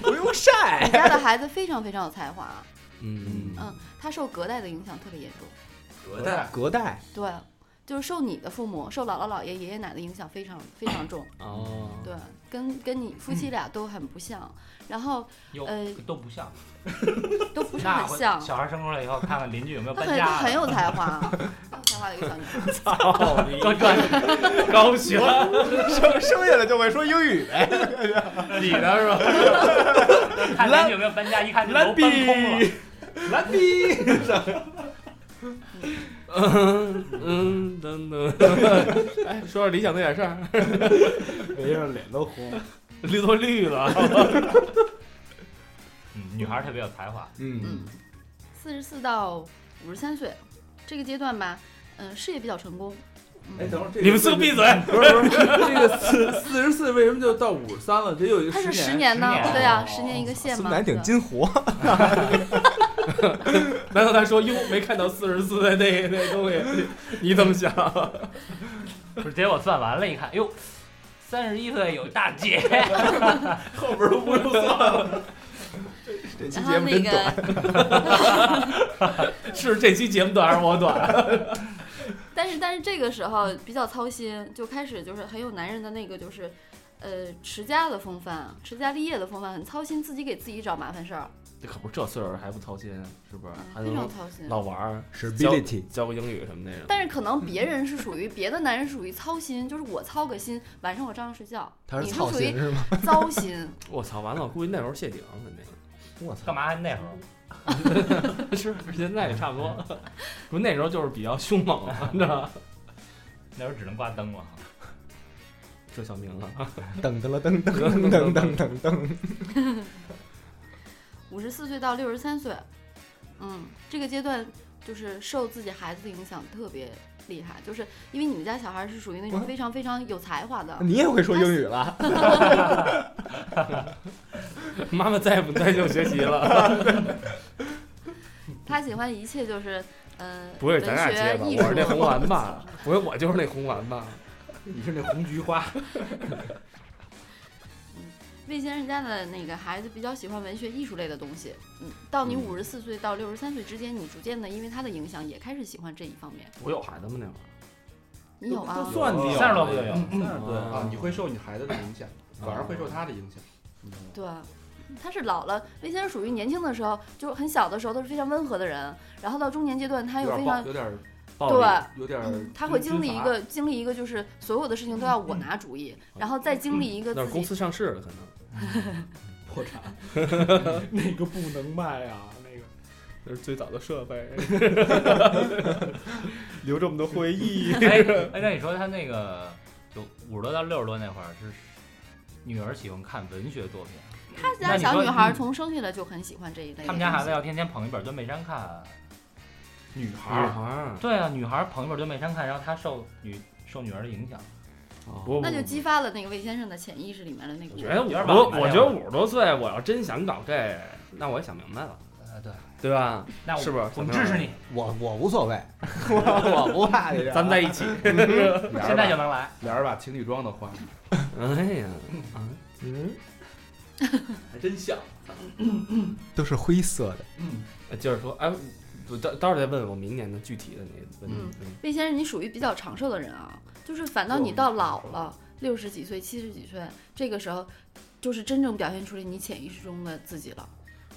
K: 不用晒。
E: 你家的孩子非常非常有才华，
B: 嗯
E: 嗯，他受隔代的影响特别严重。
M: 隔代
K: 隔代，
E: 对，就是受你的父母、受姥姥、姥爷、爷爷奶奶影响非常非常重。
B: 哦，
E: 对，跟跟你夫妻俩都很不像，然后
F: 有
E: 呃
F: 都不像，
E: 都不是
F: 那
E: 很
F: 会
E: 像。
F: 小孩生出来以后，看看邻居有没有
E: 她
F: 搬
E: 很她
F: 家
E: 很
F: 的，
E: 有才华，很有才华的一个小女孩。
B: 哦
F: 高专 高学，
K: 生生下来就会说英语呗。
B: 你呢是吧？
F: 看邻居有没有搬家，一看这楼搬空了，
C: 蓝比，
B: 嗯，等 等，哎，说说理想那点事儿，
K: 别让脸都红。
B: 绿都绿了。
F: 嗯，女孩特别有才华，
K: 嗯，
E: 嗯，四十四到五十三岁这个阶段吧，嗯、事业比较成功。
M: 哎，
E: 嗯，
M: 等会儿这
B: 你们四个闭嘴！
M: 不是不是， 这个四四十四为什么就到五十三了？这又有一
E: 他
M: 个
E: 是
M: 十
E: 十年呢
F: 十年，
E: 对啊，十年一个线
K: 孙
E: 嘛。
K: 楠
E: 对
K: 挺金 活，
B: 难道他说哟没看到四十四的那那东西？ 你怎么想？
F: 不是，结果算完了，一看，哟，三十一岁有大姐，
M: 后边都不用算了。
K: 这期
E: 然
K: 节
E: 后
K: 目
E: 那
K: 真短。
E: 个，
B: 是这期节目短还是我短？
E: 但是但是这个时候比较操心，就开始就是很有男人的那个就是，呃，持家的风范，持家立业的风范，很操心自己给自己找麻烦事儿，嗯
B: 这可不是这岁数还不操心，是不是？还
E: 非常
B: 能
E: 操心。
B: 哎老玩儿，
K: 是
B: 教教个英语什么那种。
E: 但是可能别人是属于别的男人属于操心，就是我操个心，晚上我照样睡觉。
K: 他是
E: 你是
K: 操
E: 属
K: 心
E: 于
K: 是吗？
E: 糟心，
B: 我操，完了，我估计那时候谢顶了肯定。
K: 我操
F: 干！嘛那会 儿？
B: 是，现在也差不多。 不，那时候就是比较凶猛了，你知道吗？
F: 那会儿只能挂灯了。
B: 这小明啊，
K: 噔噔了噔噔噔噔噔噔噔。
E: 五十四岁到六十三岁，嗯，这个阶段就是受自己孩子的影响特别厉害，就是因为你们家小孩是属于那种非常非常有才华的，
K: 你也会说英语了？
B: 妈妈再也不带就学习了。
E: 他喜欢一切就是呃，
B: 不会咱俩
E: 文
B: 接
E: 学
B: 吧？
E: 艺
B: 我是那红
E: 术，
B: 丸吧？不会我就是那红丸吧？
C: 你是那红菊花，
E: 魏先生家的那个孩子比较喜欢文学艺术类的东西，嗯，到你
C: 嗯
E: 五十四岁到六十三岁之间，你逐渐的因为他的影响也开始喜欢这一方面。
B: 我有孩子吗？那会儿
E: 你有啊？
M: 都算你有
F: 三十多岁有
M: 嗯三十多
B: 嗯
C: 啊，你会受你孩子的影响，反而会受他的影响。
E: 对，他是老了。魏先生属于年轻的时候，就是很小的时候，他是非常温和的人，然后到中年阶段，他
C: 有
E: 又
C: 点
E: 非
C: 暴，
E: 常
C: 有点
B: 暴力
E: 对，
C: 有点
E: 嗯他会经历一个经历一个就是所有的事情都要我拿主意，然后再经历一个
B: 那是
E: 自
B: 公
E: 己
B: 司上市了，可能
C: 破产。
B: 那个不能卖啊，那个啊那是最早的设 备，留这么多回忆。
F: 哎哎，那你说他那个就五十多到六十多那会儿是女儿喜欢看文学作品，
E: 他
F: 那
E: 家
F: 你
E: 小
F: 说
E: 女孩从生下来就很喜欢这一类的东西。
F: 他们家孩子要天天捧一本《端背山》看。啊
C: 女孩
B: 女
C: 儿，
B: 孩儿，
F: 对啊，女孩儿捧一本《端背山》看，然后她受女受女儿的影响。
M: 嗯
C: 啊
B: 我
E: 那就激发了那个魏先生的潜意识里面的那股
B: 我觉得
F: 有点
B: 我我
F: 晚了
B: 我觉得五十多岁，我要真想搞这，那我也想明白了，
F: 呃，对，
B: 对吧？
F: 那我
B: 是不是
F: 我们支持你，
K: 我我无 所谓，我我不怕你这。
B: 咱们在一起。
C: 俩人
F: 现在就
C: 把
F: 能来。
C: 俩人把情侣装都换了，
B: 哎呀，嗯，
C: 还真像。
K: 都是灰色的，
B: 接着说，哎，我到到时候再问我明年的具体的那问
E: 嗯
B: 题。
E: 魏先生，你属于比较长寿的人啊，就是反倒你到老了，六十几岁、七十几岁，这个时候，就是真正表现出来你潜意识中的自己了，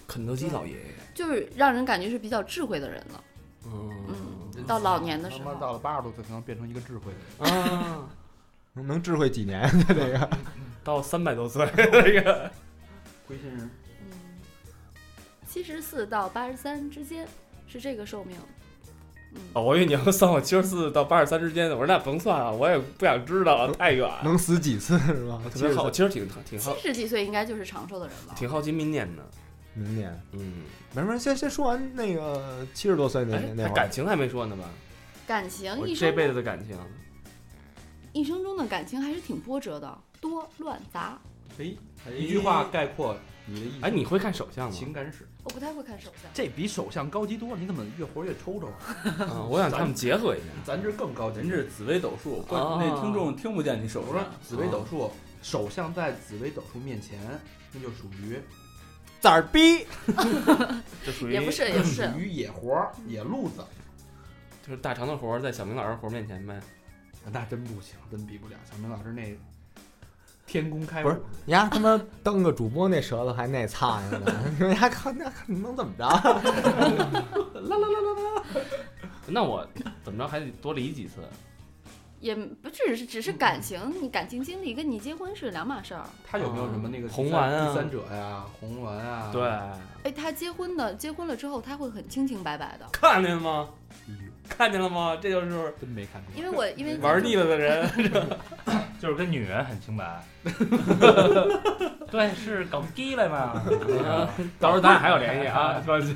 B: 肯德基老爷爷，
E: 就是让人感觉是比较智慧的人了。
B: 嗯
E: 嗯，到老年的时
C: 慢慢
E: 候，
C: 到了八十多岁，才能变成一个智慧的人。
B: 啊，
K: 能智慧几年的这个。
B: 到三百多岁那个，
A: 龟先生，
E: 嗯，七十四到八十三之间是这个寿命。嗯，
B: 哦，我以为你要 算我七十四到八十三之间的，我说那甭算啊，我也不想知道，太远。
K: 能死几次是吧？
B: 我特别好，我其实挺挺好
E: 七，十几岁应该就是长寿的人了。
B: 挺好奇明年的。
K: 明年，
B: 嗯，
K: 没事，先先说完那个七十多岁那
B: 哎，
K: 那
B: 他
K: 会
B: 感
K: 儿，
B: 情还没说呢吧？
E: 感情
B: 我
E: 呃一
B: 这
E: 生
B: 辈子的感情，
E: 一生中的感情还是挺波折的，多乱杂。
C: 哎，一句话概括你的
E: 嗯
C: 意
B: 哎，你会看手相吗？
C: 情感史。
E: 我不太会看手相。
C: 这比首相高级多了，你怎么越活越抽抽啊？
B: 啊，我想他们结合一下。
C: 咱这更高级，
M: 人是紫薇斗数，观
B: 哦
M: 那听众听不见你手
C: 我说
F: 啊
M: 上。
C: 紫微斗数，首相在紫微斗数面前，那就属于
K: 崽儿逼，
C: 这属
E: 也不是也不是
C: 属于野活儿野路子，
B: 就是大长的活儿在小明老师活儿面前呗。
C: 那真不行，真比不了。小明老师那天公开
K: 不是呀他妈当个主播那舌头还那苍蝇呢，你说呀看那看能怎么着？啊
B: 那我怎么着还得多理几次？
K: 啊
E: 也不只是只是感情，你感情经历跟你结婚是两码事儿。
C: 他有没有什么那个
B: 嗯
C: 第三
B: 红丸啊
C: 第三者呀、红丸啊？
B: 对，，
E: 哎，他结婚的，结婚了之后他会很清清白白的，
B: 看见了吗？看见了吗？这就是
C: 真没看出来。
E: 因为我因为
B: 玩腻了的人。
F: 就是跟女人很清 白。对，是搞基了嘛？
B: 到时候咱俩还有联系 啊，放心。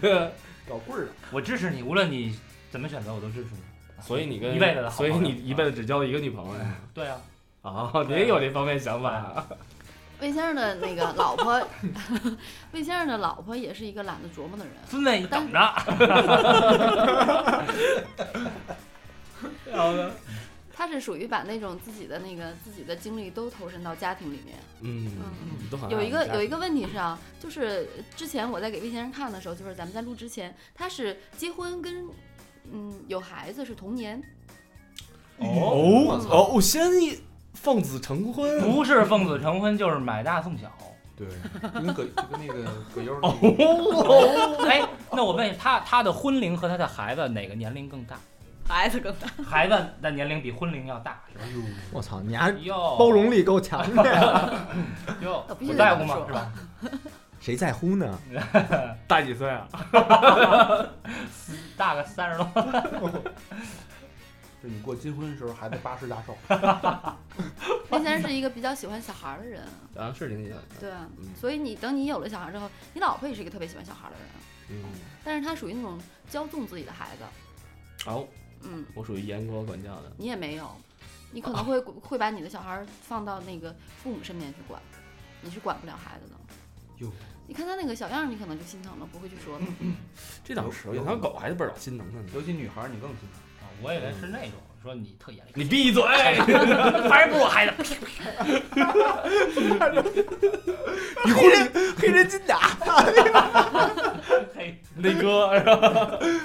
C: 搞棍儿的，
F: 我支持你，无论你怎么选择，我都支持你。
B: 所以你跟
F: 一辈子的好
B: 所以
F: 朋友
B: 你一辈子只交一个女朋友呀？
F: 对啊，
B: 啊，你也有这方面想法啊？
E: 魏先生的那个老婆， 魏先生的老婆也是一个懒得琢磨的人。
F: 孙子你等着。
E: 他是属于把那种自己的那个自己的精力都投身到家庭里面。
B: 嗯
E: 嗯，
B: 都很爱
E: 有一
B: 我
E: 个
B: 们家
E: 有一个问题是啊，就是之前我在给魏先生看的时候，就是咱们在录之前，他是结婚跟嗯有孩子是同年，
B: 哦哦，我先一奉子成婚，
F: 不是奉子成婚，就是买大送小。
C: 对，跟葛 就跟那个葛优儿那个
F: 哦，哎，那我问一下，他他的婚龄和他的孩子哪个年龄更大？
E: 孩子更大。
F: 孩子的年龄比婚龄要大，
C: 哎
F: 是吧？
K: 我操，你还
F: 哟，
K: 包容力够强 的呀，
F: 哟，
E: 哦必须
F: 我
E: 得
F: 在
E: 这
F: 乎
E: 么
F: 吗？
E: 说
F: 是吧？
K: 谁在乎 呢？
B: 大几岁啊？
F: 大个三十多，
C: 就你过金婚的时候还在八十大寿，
E: 魏先生是一个比较喜欢小孩儿的人，
B: 啊，是挺小的。
E: 对啊
B: 嗯，
E: 所以你等你有了小孩之后，你老婆也是一个特别喜欢小孩的人，
B: 嗯，
E: 但是她属于那种骄纵自己的孩子，
B: 哦，
E: 嗯，
B: 我属于严格管教的。
E: 你也没有，你可能会会把你的小孩放到那个父母身边去管，你是管不了孩子的。
C: 哟
E: 你看他那个小样儿，你可能就心疼了，不会去说他。
B: 这倒是，
C: 有有
B: 养条狗还是倍儿老心疼的呢。
C: 尤其女孩儿你更心疼。
F: 我以为是那种说你特严厉，
L: 你闭 嘴！
F: 反正不是我孩子，
K: 黑人黑人金打，
F: 嘿，
L: 雷哥，然后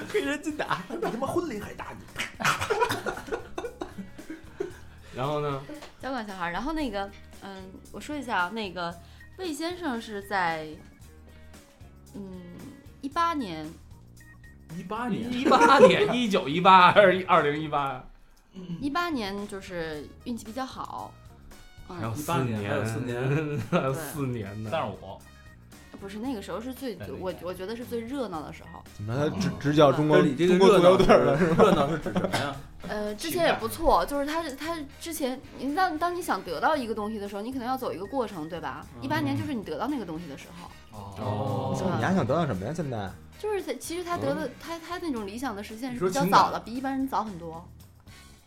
K: 黑人金打，比他妈婚礼还大你。
C: 然后呢？
E: 交管小孩儿。然后那个，嗯，我说一下啊，那个魏先生是在，嗯，一八年，
L: 一八
F: 年
L: 一八年，一九一八还是二零一八？
E: 一八年就是运气比较好，
L: 还有
E: 嗯，
L: 四年，还有四 年，还有四年呢。
F: 三十五，
E: 不是那个时候是最
F: 对，对
E: 我
F: 对
E: 我觉得是最热闹的时候。
K: 怎么着他执执教中国
M: 你这个
K: 中国
M: 热
K: 足
M: 闹
K: 球
M: 是
K: 队了？
M: 热闹是指什么呀？
E: 呃，之前也不错，就是他他之前，你当当你想得到一个东西的时候，你可能要走一个过程，对吧？一八年就是你得到那个东西的时候，
L: 哦
K: 你还想得到什么呀？现在
E: 就是他其实他得的他他那种理想的实现
L: 你
E: 是
L: 说
E: 比较
L: 情
E: 早
L: 感
E: 的，比一般人早很多。嗯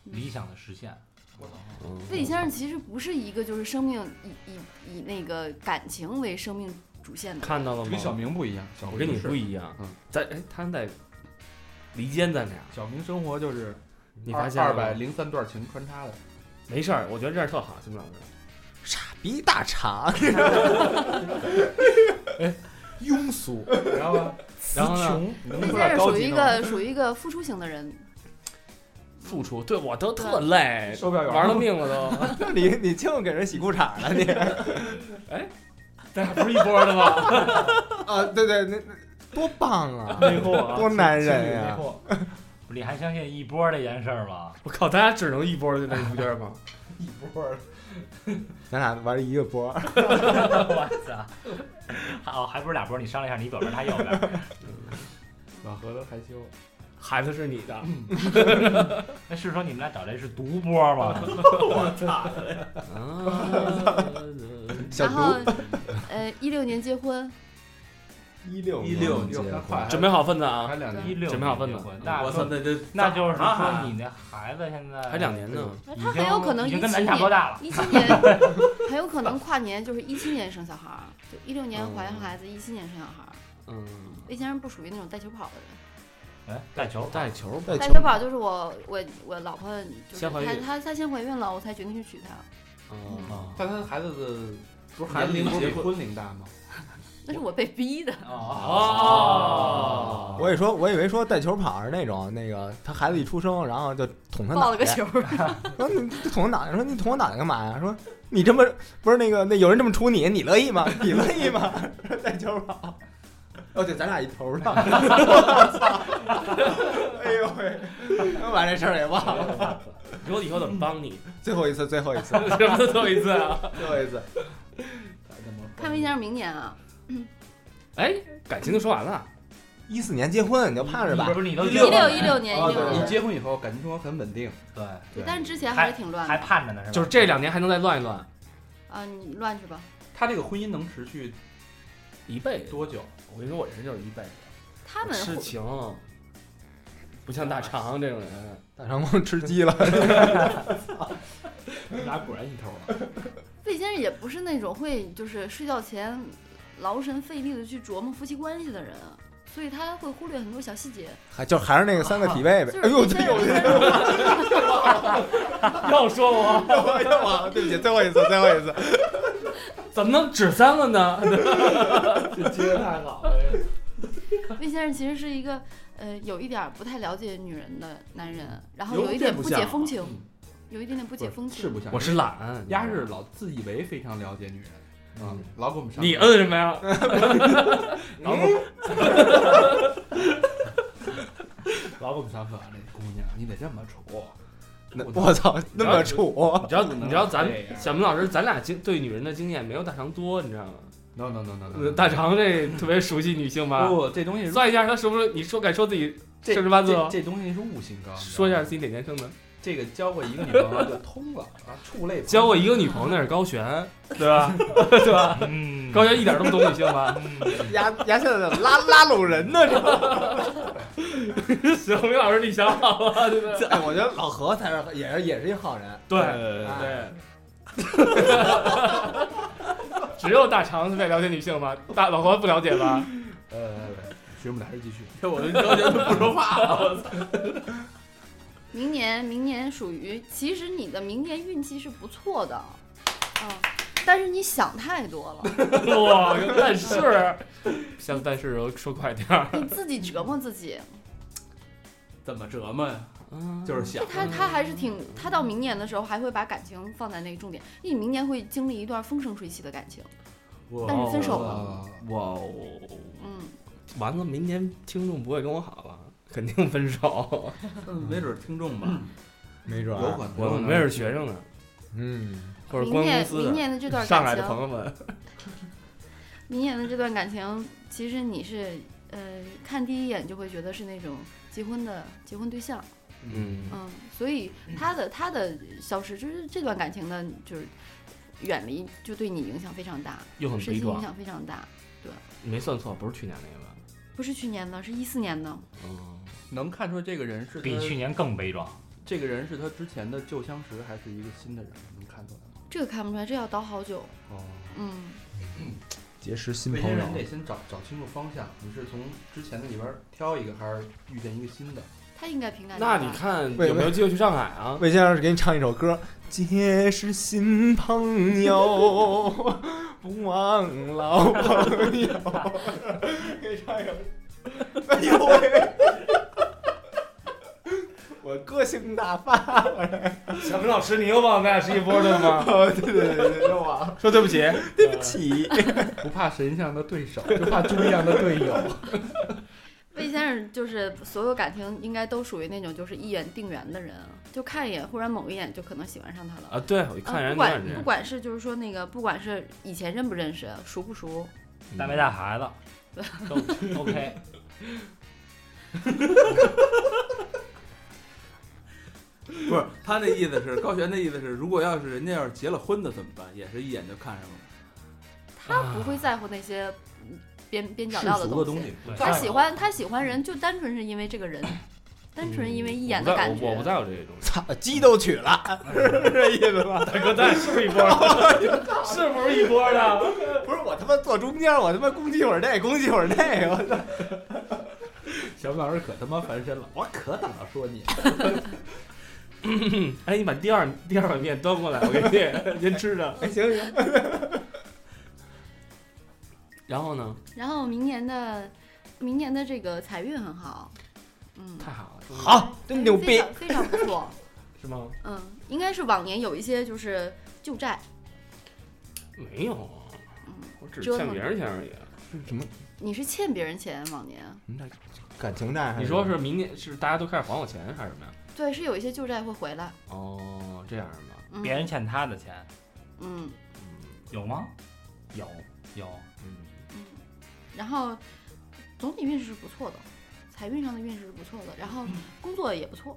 F: 理想的实现，
E: 魏先生其实不是一个就是生命以以以那个感情为生命主线的人，
B: 看到了吗
C: 跟？小明不一样，小
B: 我
C: 明
B: 跟你
C: 是
B: 不一样
C: 嗯，
B: 咱哎，他们在离间咱俩，
C: 小明生活就是
B: 你
C: 二
B: 发现了
C: 二
B: 吗
C: 百零三段情穿插的，
B: 没事儿，我觉得这样特好，金老师。
K: 逼大肠，
C: 庸俗，然后 呢然后呢，你能
E: 魏
C: 说点
E: 先
C: 高
E: 生属
C: 级
E: 于一
C: 的吗？
E: 个属于一个付出型的人，
B: 付出，对我都特累，
C: 售票员
B: 玩了命了都。
K: 你你净给人洗裤衩 了你
B: 咱俩不是一波的吗？
K: 啊！对对，那那多棒啊，
B: 内裤 啊！
K: 多男人呀！
C: 呀，
F: 不是你还相信一波这件事儿吗？
B: 我靠，咱俩只能一波的那你不觉得吗？
K: 咱俩玩一个波，
F: 我操！好，还不是俩波，你商量一下，你左边他右边。
B: 啊
C: 老何都害羞，
B: 孩子是你的，
F: 那是说你们俩找这是独 波吗？
B: 啊
E: 啊
K: 小
E: 然后
K: 毒
E: 呃一六年结婚，
K: 一六
M: 一六
K: 结婚
C: 那快
B: 准备好份子啊！
C: 还两
F: 一
C: 年，
F: 六
B: 准备好分了
F: 那
M: 我操，那这
F: 那就是
M: 早啊
F: 说你那孩子现在
B: 还两年呢，
F: 已
E: 他
F: 经
E: 很有可能
F: 已
E: 一
F: 经
E: 七
F: 跟咱差不多
E: 年。
F: 大了。
E: 一七年很有可能跨年，就是一七年生小孩儿，就一六年怀上孩子，一七年生小孩儿。
B: 嗯，
E: 魏先生不属于那种带球跑的人，
F: 哎，带球，
B: 带球吧，
K: 带
E: 带
K: 球
E: 球跑就是我我我老婆，就是
B: 先怀
E: 她
B: 孕
E: 她她先怀孕了，我才决定去娶她，
B: 嗯
F: 啊
C: 但他孩子的不是
M: 孩子
C: 年龄
M: 结
C: 不是比
M: 婚
C: 婚龄大吗？
E: 那是我被逼的。
F: 哦
K: 我也说，我以为说带球跑是那种，那个他孩子一出生，然后就捅他
E: 抱
K: 脑
E: 了个
K: 袋，
E: 球儿，
K: 说你捅他脑袋，说你捅我脑袋干嘛呀？说你这么不是那个那有人这么处你，你乐意吗？你乐意吗？ 带球跑，哦对，咱俩一头上， 我操！哎呦喂，把这事儿给忘了。
B: 你说我以后怎么帮 你？
K: 最后一次，最后一次，
B: 什么最后一次啊？
K: 最后一次，
E: 看魏先生明年啊，
B: 哎，感情都说完了，
K: 一四年结婚，你就盼着吧。
F: 不是你都
E: 一
F: 六
E: 六一六年一
C: 啊，
E: 六
C: 对，你
E: 年，
C: 结婚以后感情生活很稳定，
F: 对，
C: 对
E: 但是之前还是挺乱
F: 还
E: 的
F: 盼着呢是吧？
B: 就是这两年还能再乱一乱，
E: 啊，你乱去吧。
C: 他这个婚姻能持续
B: 一辈子。
C: 多久？
B: 我跟你说，我这就是一辈子。
E: 他们
B: 痴情，不像大肠这种人，
K: 大长梦吃鸡了，
B: 你俩果然一头。啊
E: 魏先生也不是那种会就是睡觉前劳神费力的去琢磨夫妻关系的人，啊所以他会忽略很多小细节。
K: 还就还是那个三个体位 呗
E: 就。是
K: 哎呦，
E: 魏
K: 对
E: 先
K: 呦，
E: 生，
K: 对
E: 魏先生
B: 要说我
K: 呦啊，对不起，最后一次，最后一次。
B: 怎么能指三个呢？
E: 魏先生其实是一个呃有一点儿不太了解女人的男人，然后
M: 有
E: 有一
M: 点
E: 点
M: 不
E: 不
M: 像
E: 解
M: 啊
E: 风情，有一点点不解风
C: 是
E: 情。
C: 嗯不 像，
B: 我是懒，
C: 鸭是老自以为非常了解女人，啊，老给我们上
B: 你摁什么呀？
C: 老给我们老给我们上课，这姑娘你得这么处，
K: 那我操，那么啊处
B: 你知道，你知道咱
C: 不能这样
B: 小明老师，咱俩经对女人的经验没有大肠多，你知道吗？
C: no no no no
B: 呃
C: no，
B: 大肠这特别熟悉女性吧？
C: 不，这东西是
B: 算一下，他是不是你说敢说自己
C: 这
B: 生十八字
C: 这
B: 吗？
C: 这东西是悟性高，你知道吗
B: 说一下自己哪年生的？
C: 这个交过一个女朋友就通了啊，触类旁
B: 交过一个女朋友那是高璇，对吧？对吧？
F: 嗯，
B: 高璇一点都不懂女性吧？
K: 牙牙现在拉拉拢人呢，这。
B: 小明老师，你想好了，对吧？
K: 哎， 我觉得老何才是也是也是一好人。
B: 对
K: 哎
B: 对。哎 只有大肠是在了解女性吗？大老何不了解吧？
C: 呃，学我们还是继续，
M: 我就了解他不说话了。
E: 明年明年属于，其实你的明年运气是不错的，嗯，但是你想太多了，
L: 哇，但是，像但是说快点儿，
E: 你自己折磨自己。
L: 怎么折磨呀？
B: 嗯
M: 就是想
E: 就他他还是挺，他到明年的时候还会把感情放在那个重点，因为你明年会经历一段风生水起的感情，但是分手了，
C: 啊，
B: 哇哦，
E: 嗯，
B: 完了，明年听众不会跟我好了，肯定分 手。
M: 没准儿听众吧，
K: 没准
C: 有
K: 儿，
C: 可能。
B: 我们也是学生呢，
K: 嗯，
B: 或者
E: 明
B: 关公
E: 年
B: 司
E: 明
B: 的，
E: 年的这段
B: 上海
E: 感
B: 的朋
E: 情，
B: 友们，
E: 明年的这段感情，其实你是呃看第一眼就会觉得是那种结婚的结婚对象，
B: 嗯，
E: 嗯，所以他的他的消失，就是这段感情的，就是远离，就对你影响非常大，
B: 又很
E: 身
B: 悲
E: 心影
B: 壮，
E: 响非常大。
B: 没算错，不是去年那个吧？
E: 不是去年的，是一四年的，
B: 嗯，
C: 能看出这个人是
F: 比去
C: 他，
F: 年更悲壮。
C: 这个人是他之前的旧相识，还是一个新的人？能看出来吗。
E: 这个看不出来，这要倒好久。
C: 哦，
E: 嗯，
K: 结识新
C: 有些
K: 朋
C: 人
K: 友
C: 得，先找找清楚方向，你是从之前的里边儿挑一个，还是遇见一个新的？
E: 他应该平淡。
B: 那你，看
K: 喂
B: 有没有机会去上海啊？
K: 魏先生给你唱一首歌，结识新朋友，不忘老朋友， 给你唱一首，哎呦喂！我个性大发，
B: 小明老师，你又忘咱俩是一波的吗？
K: 对对对对，让 我啊
B: 说对不起，
K: 对不起，
C: 不怕神像的对手， 就怕猪一样的队友。
E: 魏先生就是所有感情应该都属于那种就是一眼定缘的人，啊就看一眼，忽然某一眼就可能喜欢上他了。
B: 啊，对，我一看
E: 嗯，
B: 人
E: 不
B: 家就是
E: 管
B: 这
E: 不
B: 样，
E: 管是就是说那个，不管是以前认不认识，熟不熟，
B: 嗯
F: 带没带孩子，都 OK。
M: 不是他那意思是高璇的意思是，如果要是人家要是结了婚的怎么办？也是一眼就看上了。
B: 啊
E: 他不会在乎那些嗯边边角料
C: 世俗
E: 东
C: 的东西
F: 对
E: 他
B: 哎
E: 喜欢他喜欢人，就单纯是因为这个人，单纯因为一眼的感觉。
B: 我不在乎这些东西。
K: 操，鸡都取了， 是这意思吧？
L: 大哥，咱是一波的， 是不是一波的？
K: 不是我他妈坐中间，我他妈攻击会儿这，攻击会儿那，我操！
C: 小明老师可他妈翻身了，我可打说你。
B: 哎，你把第二第二碗面端过来，我给你 您吃着。
K: 哎，行行，
B: 然后呢？
E: 然后明年的明年的这个财运很好，嗯，
B: 太好了，
K: 好，真牛
E: 非
K: 逼！
E: 常非常不错，
B: 是吗？
E: 嗯，应该是往年有一些就是旧债，
B: 没有啊，我只
E: 折
B: 是欠
E: 腾
B: 别人钱而已。
K: 什么
E: 你是欠别人钱，往年啊
K: 感情债？
B: 你说是明年是大家都开始还我钱还是什么呀？
E: 对是有一些旧债会回来，
B: 哦，这样是吗？
E: 嗯
F: 别人欠他的钱
E: 嗯
F: 有吗？
B: 有，
F: 有，
E: 嗯，然后总体运势是不错的，财运上的运势是不错的，然后
C: 嗯
E: 工作也不错，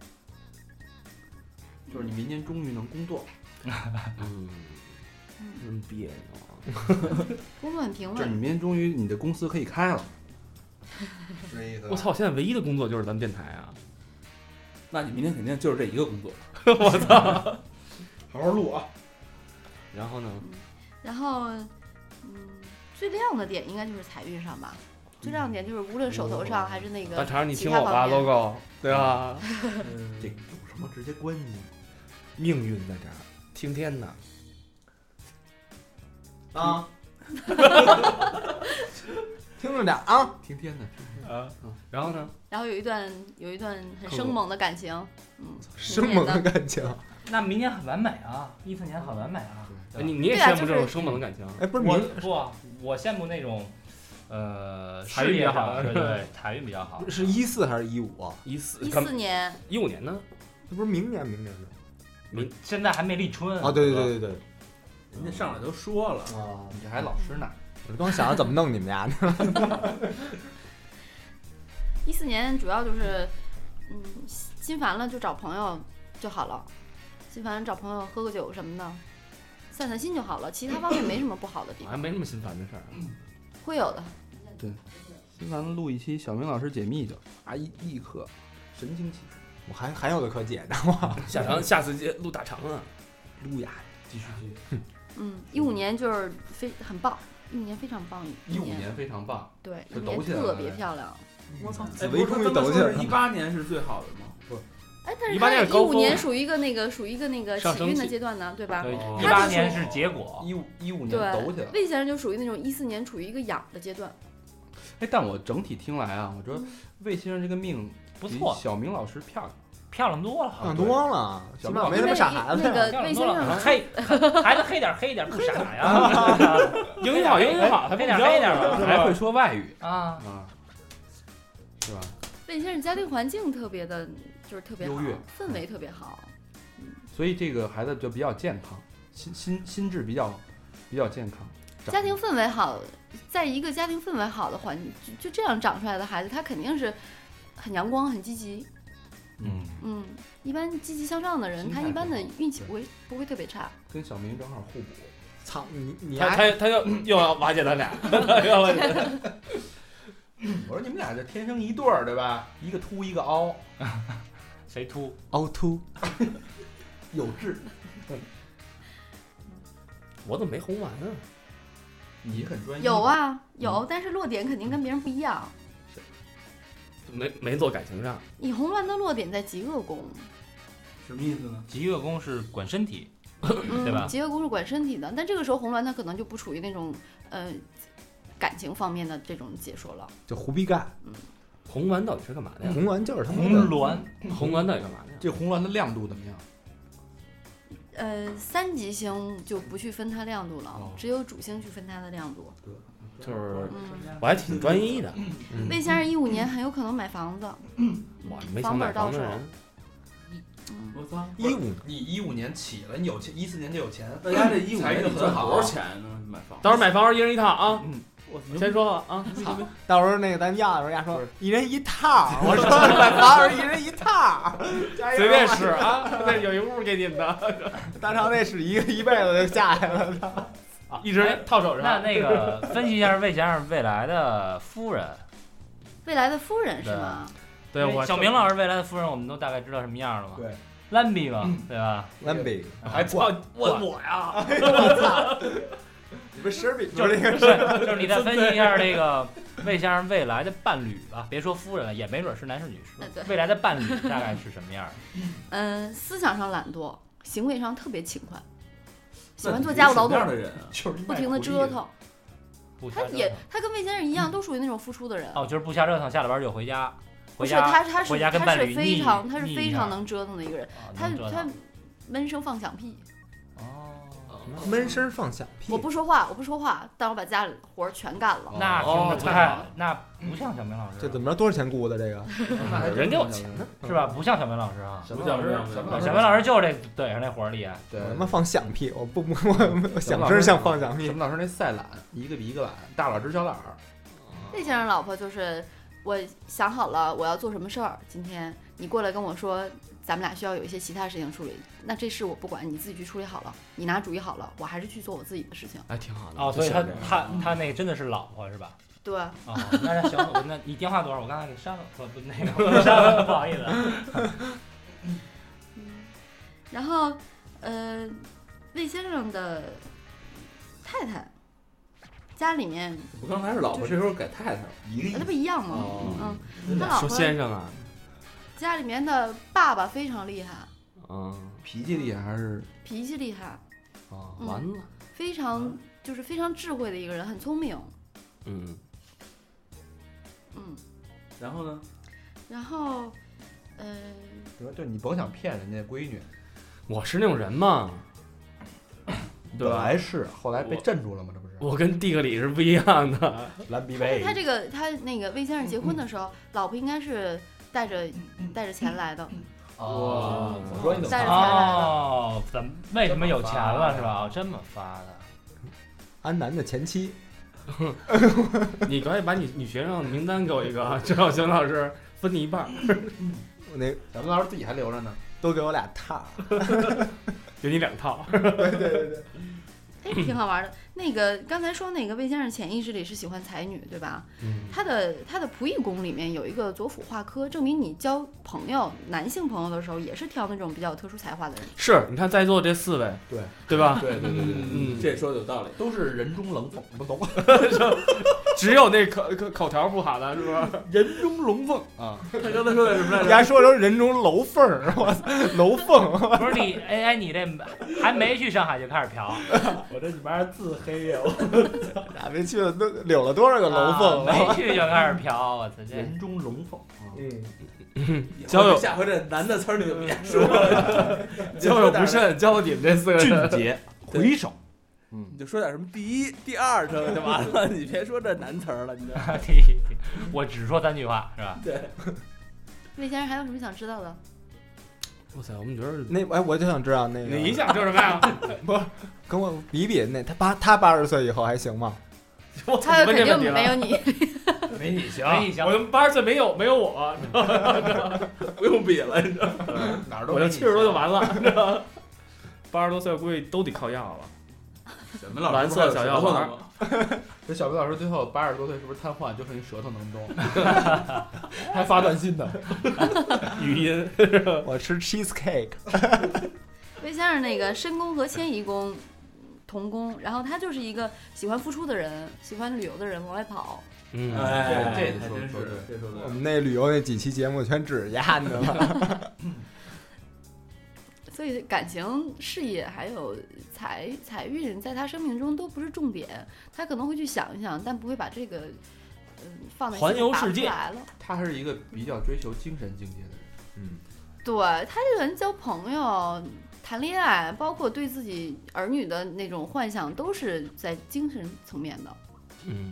C: 就是你明年终于能工作，
B: 嗯，
E: 嗯，
B: 真别扭。
E: 工作很平
C: 就是你
E: 稳，
C: 明年终于你的公司可以开了，是这意思
B: 我
C: 吧？
B: 操！我现在唯一的工作就是咱们电台啊。
M: 那你明天肯定就是这一个工作，
C: 好好录啊！
B: 然后呢？
E: 然后嗯，最亮的点应该就是财运上吧。最亮的点就是，无论手头上还是那个
B: 大肠，你
E: 其
B: 听
E: 他
B: 我
E: 方
B: 吧
E: 面
B: ，logo，对吧？
C: 这有什么直接关系？
B: 命运在这儿，听天的。
K: 啊， 听着点啊，
C: 听天的，
B: 啊，然后呢？
E: 然后有一段有一段很生猛的感情，嗯，
K: 生猛的感情。
F: 那明年很完美啊，一四年很完美啊。对吧
B: 你你也
E: 对啊
B: 羡慕
E: 就
B: 这种
E: 是
B: 生猛的感情？
K: 哎，不是
F: 我
K: 明
F: 不，我羡慕那种，呃，
B: 财运
F: 事业
B: 比较好
F: 上对对对，财运比较好。
K: 是一四还是一五啊？
B: 一四
C: 呃
E: 一四年
B: 一五年呢？
K: 那不是明年明年的
B: 明
F: 现在还没立春
K: 啊？对对对对
M: 人家上来都说了，
K: 对啊！
C: 你这还老师呢？
K: 我刚想着怎么弄你们俩呢。
E: 一四年主要就是，嗯，心烦了就找朋友就好了，心烦了找朋友喝个酒什么的，散散心就好了，其他方面没什么不好的地
B: 好像
C: 嗯
E: 方，
B: 没什么心烦的事儿。
E: 会有的。
C: 先咱们录一期小明老师解密就啊一一刻，神清气
K: 我还还有的可解呢，我
B: 下场下次接录大肠啊，
C: 撸呀，继续继续。
E: 嗯，一五年就是非很棒，一五年非常棒，
C: 一五年非常棒，
E: 对，一
C: 就
E: 五年
C: 抖起来
E: 特
C: 了
E: 别漂亮，
M: 我操！
K: 紫
M: 哎，
K: 薇
M: 不是他
K: 终于
M: 们
K: 抖起
M: 说
K: 来
M: 是一八年是最好的吗？
E: 哎，但是
B: 18年
E: 他
B: 是
E: 一
B: 高
E: 五
B: 峰
E: 年属于一个那个属于一个那个
B: 上
E: 起
B: 升
E: 运的
B: 期
E: 阶段呢，对吧？
B: 对
A: 哦
F: 一
E: 他
F: 八
E: 就是
F: 年是结果，
C: 啊一五一五年
E: 对
C: 抖起来，了。
E: 魏先生就属于那种一四年处于一个养的阶段，
C: 哎，但我整体听来啊，我觉得
E: 嗯
C: 魏先生这个命
F: 不
C: 比
F: 错，
C: 小明老师漂亮。
F: 漂亮多了。
C: 啊
K: 想
C: 对
K: 多了，起
C: 小
K: 码
C: 胖
K: 没
E: 因
K: 那
E: 为
K: 么傻孩子
E: 那
K: 呀。
E: 个
F: 漂亮
E: 魏
F: 多
E: 先
F: 了，
E: 生
F: 黑孩子黑点儿黑点儿不傻呀，
B: 英语好，英语好，他不知
F: 黑点儿黑点
B: 道。
F: 儿吧
C: 还会说外语
F: 啊，
C: 啊，是吧？
E: 魏先生家庭环境特别的，就是特别好
C: 优越，
E: 氛围特别好。
C: 所以这个孩子就比较健康，心心心智比较比较健康。长嗯
E: 家庭氛围好，在一个家庭氛围好的环境，就就这样长出来的孩子，他肯定是很阳光、很积极。
C: 嗯，
E: 嗯，一般积极向上的人，
C: 心态
E: 他一般的
C: 很好
E: 运气不会不会特别差。
C: 跟小明正好互补。
K: 操你你
B: 他
K: 还
B: 他他又又要瓦解咱俩，又要瓦解咱俩。
C: 我说你们俩这天生一对儿，对吧？一个凸一个凹，
F: 谁秃？
K: 凹凸，
C: 有志。
B: 我怎么没红完啊？
C: 你很专业。
E: 有，啊，有，但是落点肯定跟别人不一样。
B: 没没做感情上，
E: 你红丸的落点在极恶宫，
M: 什么意思呢？
F: 极恶宫是管身体，
E: 嗯，
F: 对吧
E: 极恶宫是管身体的，但这个时候红鸾它可能就不处于那种呃感情方面的这种解说了。
K: 就胡逼干。
B: 红丸到底是干嘛的呀？
K: 嗯红丸就是他
F: 红
K: 们的
F: 鸾
B: 红丸到底干嘛的呀？
C: 这红鸾的亮度怎么样？
E: 呃，三级星就不去分它亮度了，只有主星去分它的亮度。
B: 就是
E: 嗯，
B: 我还挺专一的，
E: 魏先生一五年很有可能买房子，
B: 我没想买房的
E: 房本
B: 人。
M: 我操！
K: 一五
C: 你一五年起了，你有钱，一四年就有钱，
M: 大家这一五
C: 财
M: 年
C: 运
M: 得赚
C: 很好啊
M: 多少钱呢？买房？
B: 到时候买房时候一人一套啊，
M: 我
B: 先说了啊。
K: 操，到时候那个咱要的时候，人家说一人一套，我 说买房时候一人一套，加油
B: 随便使啊，那有一屋给你们的，
K: 大长那使一个一辈子就下来了，
B: 啊一直套手
F: 那
B: 上。
F: 那个分析一下魏先生未来的夫人，
E: 未来的夫人是吗？
B: 对，我
F: 小明老师未来的夫人，我们都大概知道什么样了嘛？
C: 对，
F: 烂比嘛，
M: 嗯
F: 对吧？
K: 完 美。
B: 还操问哎我呀？
K: 你们神笔
F: 就 是就是就是你再分析一下这个魏先生未来的伴侣吧，别说夫人了，也没准是男是女，
E: 哎
F: 是
E: 对
F: 未来的伴侣大概是什么 样？
E: 嗯、思想上懒惰，行为上特别勤快，喜
M: 那
E: 欢
M: 你
E: 做
M: 是
E: 家务
M: 什
E: 劳
M: 么样
E: 动，
M: 的人啊？
C: 就是一
E: 不
C: 卖
E: 停的
C: 苦力
E: 折。腾。
F: 不瞎
E: 他
F: 折腾
E: 也他跟魏先生一样，都属于那种付出的人。
F: 哦，就是不瞎折腾，下了班就回家，
E: 不
F: 回
E: 是
F: 家
E: 他，他是
F: 回家跟
E: 他
F: 伴
E: 是
F: 侣
E: 非
F: 腻
E: 常他是
F: 腻
E: 非
F: 一下
E: 常能折腾的一个人，
F: 啊
E: 他
F: 能折
E: 他
F: 腾
E: 闷声放响屁。
F: 哦，
K: 闷声放响屁
E: 我，不说话，我不说话，但我把家里活儿全干了。
F: 那听着
B: 哦
F: 不
B: 太
F: 太
B: 好了，
F: 那不像小明老师，
K: 这怎么着多少钱雇的这个？
C: 那还真
B: 人家有钱呢，
F: 是吧？不像小明老师啊，
C: 小明老师，
M: 不像
C: 小明
F: 对
C: 老师
F: 小明老师就是这怼上那活儿厉害，
C: 对
K: 我他妈放响屁，我不我我我响声像放响
C: 小
K: 屁
C: 明，老师那赛懒，一个比一个懒，大懒儿直小懒儿。
E: 魏先生老婆就是，我想好了我要做什么事儿，今天你过来跟我说，咱们俩需要有一些其他事情处理，那这事我不管，你自己去处理好了，你拿主意好了，我还是去做我自己的事情。
M: 哎
B: 还挺好
C: 嗯
B: 的
F: 哦，所以他
B: 就想这样
F: 他他那个真的是老婆是吧？
E: 对，啊
F: 哦，那那行，我那你电话多少？我刚才给删了，不不那个删了，不好意思。
E: 嗯，然后，呃，魏先生的太太家里面，
M: 我刚才是老婆，这时候改太太了。
A: 一
E: 呃
A: 个
C: 哎
E: 那不一样吗？
B: 哦
E: 嗯，他老
B: 说
E: 婆
B: 先生啊，
E: 家里面的爸爸非常厉害，
B: 嗯
C: 脾气厉害还是
E: 脾气厉害，
B: 哦，
E: 嗯
B: 完了，
E: 非常就是非常智慧的一个人，很聪明。
B: 嗯，
E: 嗯，
M: 然后呢？
E: 然后，呃，
C: 得，就你甭想骗人家闺女，
B: 我是那种人嘛，对
C: 本
M: 啊
B: 吧？
C: 来是，后来被镇住了嘛，这不是？
B: 我跟地个里是不一样的，
C: 蓝鼻
E: 他这个他那个魏先生结婚的时候，老婆应该是带着带着钱来的，
C: 哦，我说你怎么
E: 带着
C: 看
E: 钱
M: 啊
E: 来的。
F: 哦，怎么为什么有钱了是吧？哦，这么发的，
K: 安南的前妻，
B: 你赶紧把你女学生名单给我一个，啊正好熊老师分你一半儿，
K: 我那
C: 咱们老师自己还留着呢。
K: 都给我俩套，
B: 给你两套。
E: 哎，挺好玩的。那个刚才说那个魏先生潜意识里是喜欢才女，对吧？
K: 嗯
E: 他的他的仆役宫里面有一个左辅化科，证明你交朋友男性朋友的时候，也是挑那种比较有特殊才华的人。
B: 是，你看在座这四位，
C: 对
B: 对吧？
C: 对对对对对，
B: 嗯，
M: 这说的有道理。
C: 都是人中龙凤，不懂
B: 只有那口口口条不好的，是不是？
C: 人中龙凤啊，
M: 他刚才说的什么来
K: 你
M: 着？
K: 还说成人中楼缝儿，我操，楼缝，
F: 不是你，哎哎，你这还没去上海就开始嫖，
M: 我这你妈是自黑呀！我
K: 哪没去了都柳了多少个楼缝
F: 啊
K: 了？
F: 没去就开始嫖，我操 这。
C: 人中龙凤啊，
K: 嗯，
M: 以后
B: 交友
M: 下回这男的词儿你 就别说了，你就说
B: 交友
M: 点
B: 不
M: 儿，
B: 慎，教你们这四个人。
C: 洁回首，嗯
M: 你，就说点什么第一、第二声就完了，你别说这难词儿了，你这。
F: 我只说三句话是吧？
E: 魏先生还有什么想知道的？
B: 哇塞，我们觉得
K: 那哎，我就想知道那个，
B: 你一 想就是什 么呀？
K: 跟我比比，那他八他八十岁以后还行吗？
E: 他
B: 哦问这
E: 肯定
B: 问题了
E: 没有你，
C: 没你行
F: 哎，你行
B: 我，们八十岁没有没有我，
M: 不用比了，你知道吗？
C: 哪儿都
B: 我就七十多就完了。你知道 吗八十多岁估计都得靠药了。
M: 什么老
B: 蓝色小药丸儿
M: 吗？
C: 这小明老师最后八十多岁是不是瘫痪，就剩一舌头 能动，还发短信呢，
B: 语音
K: 我吃 cheesecake，
E: 魏先生那个申宫和迁移宫同宫，然后他就是一个喜欢付出的人，喜欢旅游的人，往外跑。
B: 嗯
M: 哎，
C: 这这
M: 还
C: 说
M: 真是
C: 说对，
M: 这说
K: 我
M: 对。
K: 们那旅游那几期节目全指压你 了。
E: 所以感情、事业还有财财运，在他生命中都不是重点。他可能会去想一想，但不会把这个，嗯，放在心里
B: 环游
E: 拔不
B: 世界
E: 出来了。
C: 他是一个比较追求精神境界的人。
E: 对他这个人交朋友、谈恋爱，包括对自己儿女的那种幻想，都是在精神层面的。
B: 嗯，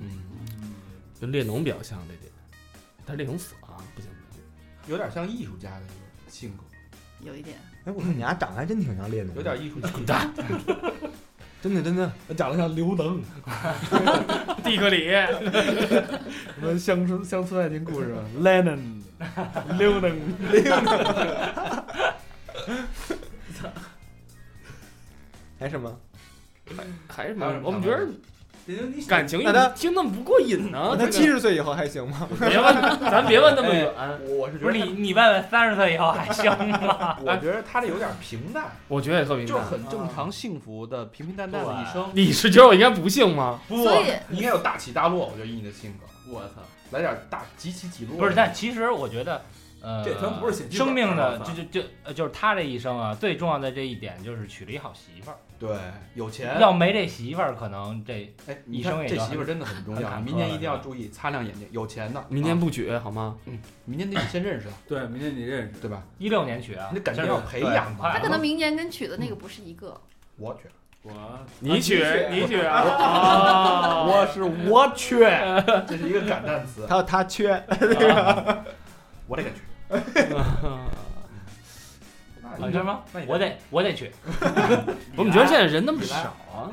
C: 嗯，
B: 就列侬比较像这点，但是列侬死了啊，不行不行，
C: 有点像艺术家的一个性格，
E: 有一点，
K: 哎，我看你丫长得还真挺像列侬的，
C: 有点艺术 家，
K: 真的真的，
C: 长得像刘能，
B: 地克 里
C: 什么乡村乡村爱情故 事吧。
B: Lennon 溜达
K: 还什么？
B: 还是
C: 还有什么
B: 我们觉得
M: 这就你
B: 感情
K: 那他
B: 听那么不过瘾呢。
C: 啊
K: 那他
B: 这个
K: 七十岁以后还行吗？
B: 别问，咱别问那么远。
C: 我是觉
F: 不
C: 得
F: 是你，你问问三十岁以后还行吗？
C: 我觉得他这有点平淡，
B: 我觉得也
F: 哎
B: 特别
C: 就是
B: 难。
C: 很正常、幸福的、平平淡淡的一生。
B: 你是觉得我应该不幸吗？
C: 不
E: 所以
C: 你应该有大起大落，我觉得以你的性格，
M: 我操，
C: 来点大极起极落。
F: 不是，但其实我觉得，呃，
M: 这他妈不是写剧本
F: 生命的
M: 我，操
F: 就就就呃就是他这一生啊，最重要的这一点就是娶了一好媳妇儿。
C: 对有
M: 哎
C: 钱。
F: 要没这媳妇儿，可能这
C: 哎，
F: 一
C: 你
F: 生
C: 看
F: 也
C: 这
F: 就
C: 媳妇儿真的很重要，
F: 很坎坷
C: 你明年一定要
F: 了
C: 注意，擦亮眼睛。有钱的，
B: 明天
C: 啊
B: 不举好吗？
C: 明天得先认识他，
M: 对，明天你认识。
C: 对吧？
F: 一六年娶啊，
C: 你得感情
F: 这是
C: 要培养
F: 对
C: 他
E: 他
F: 快
E: 可
F: 了。
M: 嗯
E: 能明年跟娶的那个不是一个。
C: 我去，
M: 我
B: 你举，你举啊！
C: 我是我去，这是一个感叹词。
K: 还有他缺，
C: 我 得个去，
F: 啊你什么
C: 那？你
F: 我得我 得娶。
B: 我们觉得现在人那么少啊，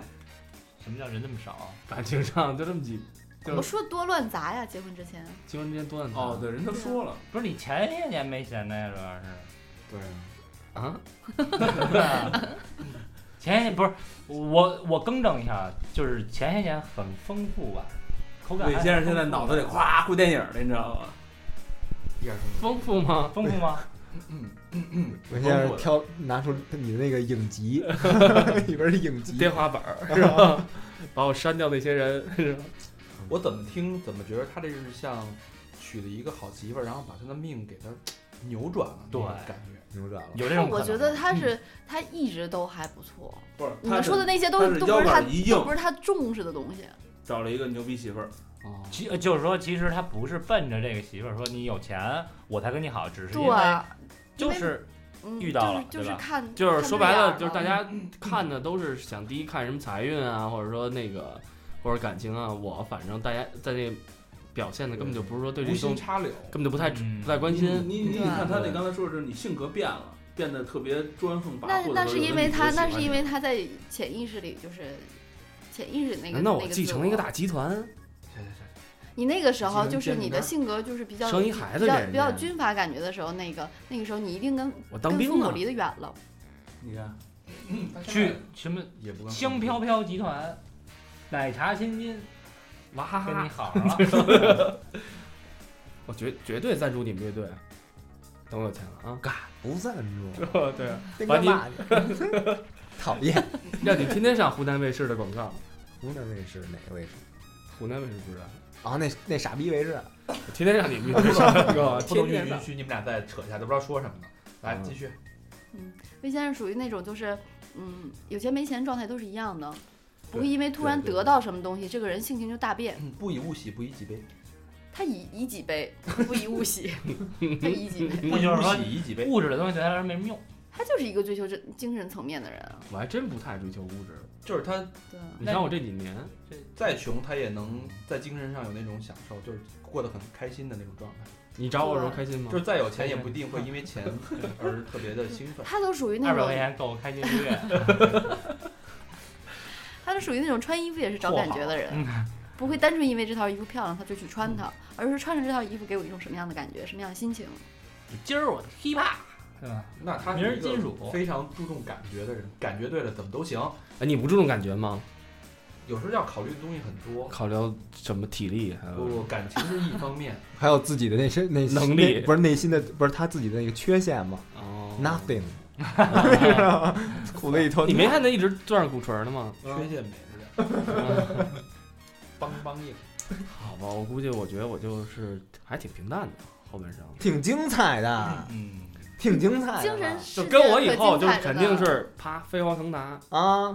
F: 什么叫人那么少？啊
B: 感情上就这么几，
M: 嗯
B: 就是
E: 我说多乱砸呀！结婚之前，啊
B: 结婚之间多难
M: 哦，对，人都说了，
F: 不是你前些年没闲的呀，主要是。
C: 对，
B: 啊，
F: 前些不是我我更正一下，就是前些年很丰富吧，口感
M: 魏
F: 还
M: 先生现在脑子里咵呼电影了，你知道吗？
C: 一二三四
B: 丰富吗？
F: 丰富 吗？
K: 我现在挑拿出你的那个 影集，里边是影集
B: 电，话本儿是吧？ 把我删掉那些人是吧？
C: 我怎么听怎么觉得他这是像娶了一个好媳妇儿，然后把他的命给他扭转了，
F: 对
C: 感觉
K: 扭转了。
F: 有这种可能
E: 我
F: 吗？
E: 觉得他是他一直都还不错。
M: 不是，
E: 你
M: 他
E: 们说的那些都
M: 他是
E: 都
M: 腰
E: 不是他
M: 杆一硬
E: 都不是他重视的东西。
M: 找了一个牛逼媳妇儿，
B: 哦，
F: 其呃就是说，其实他不是奔着这个媳妇儿说你有钱我才跟你好，只是
E: 对
F: 因为，
E: 因
F: 就
E: 为
F: 是
E: 嗯
F: 遇到了
E: 就
F: 对
E: 是就是
F: 吧
E: 看，
B: 就是
E: 看
B: 说
E: 对
B: 白
E: 眼
B: 了，
E: 儿
B: 就是大家
E: 嗯
B: 看的都是想第一看什么财运啊，或者说那个或者感情啊。我反正大家在这表现的根本就不是说对这
C: 无
B: 东西
C: 心插柳。
B: 根本就不太
F: 嗯
B: 不太关
M: 你
B: 心。
M: 你你
E: 对啊
M: 看他那刚才说的是你性格变了，变得特别专横
E: 那
M: 跋扈的时候。
E: 那是因为他，
M: 有的
E: 那
M: 女的喜欢
E: 是因为他在潜意识里就是潜意识那个。
B: 难道
E: 那
B: 我
E: 个
B: 继
E: 自
B: 承了一个
E: 我
B: 大集团？
E: 你那个时候
C: 继承
E: 就是
C: 建
E: 你
C: 立
E: 的
C: 根儿
E: 性格就是比较
B: 生一
E: 比
B: 孩子给
E: 比较
B: 人
E: 比较
B: 家
E: 军阀感觉的时候，那个那个时候你一定跟
B: 我当
E: 跟父
B: 兵啊
E: 母
B: 呢？
E: 离得远了。
M: 你看
F: 去什么
C: 也不跟
F: 香飘飘集团，奶茶千金，
B: 娃
C: 啊
B: 哈
F: 跟你
B: 哈，
F: 好了。
B: 我绝绝对赞助你们乐队，等我有钱了啊，
K: 不赞助，
B: 对，
K: 应
B: 把
K: 该
B: 你
K: 骂你，讨厌。
B: 让你天天上湖南卫视的广告，
K: 湖南卫视哪个卫视？
B: 湖南卫视不知道，
K: 啊，那那傻逼卫视，
B: 我天天让你们乐队上广告，
N: 不能
B: 啊天
N: 允
B: 天上
N: 允。许你们俩再扯一下，都不知道说什么了。来，
B: 嗯
N: 继续。
E: 嗯魏先生属于那种就是，嗯，有钱没钱状态都是一样的，不会
B: 对
E: 因为突然
B: 对对
E: 得到什么东西，这个人性情就大变。
C: 嗯不以物喜，不以己悲。
E: 他以以己悲，不以 物喜， 他以己悲，
F: 那就是说，
N: 以己悲。
F: 物质的东西对他来说没什么用。
E: 他就是一个追求这精神层面的人啊。
B: 我还真不太追求物质，
C: 就是他
E: 对，
B: 你看我这几年，
C: 再穷，他也能在精神上有那种享受，就是过得很开心的那种状态。
B: 你找我
E: 啊
B: 的时候开
N: 嗯
B: 心吗？
C: 就是再有钱，也不一定会因 为钱而特别的兴奋。
E: 他都属于那
F: 二百块
E: 种，
F: 钱够我开心一个月，
E: 他都属于那种穿衣服也是找感觉的人， 不会单纯因为这套衣服漂亮他就去
B: 嗯
E: 穿它，而是穿上这套衣服给我一种什么样的感觉，什么样的心情。
F: 今儿我 hiphop，对吧？
C: 那他
F: 明
C: 是
F: 儿
C: 一个
F: 金属，
C: 非常注重感觉的人，感觉对了怎么都行。
B: 哎，你不注重感觉吗？
C: 有时候要考虑的东西很多，
B: 考虑什么体力还有
C: 不不，感情是一方面，
K: 还有自己的那身那
B: 能力
K: 那不是内心的，不是他自己的那个缺陷吗
B: 哦
K: ？Nothing，为什么苦了一头。
B: 你没看他一直攥着鼓槌呢吗？
N: 嗯
C: 缺陷美是这样，梆梆硬。
B: 好吧，我估计我觉得我就是还挺平淡的后半生，
K: 挺精彩的，
C: 嗯，
K: 挺精彩的，
E: 精神
B: 就
E: 世界
B: 跟我以
E: 可
B: 后
E: 精
B: 就是
E: 彩着
B: 肯定
E: 呢
B: 是啪飞黄腾达，
K: 啊！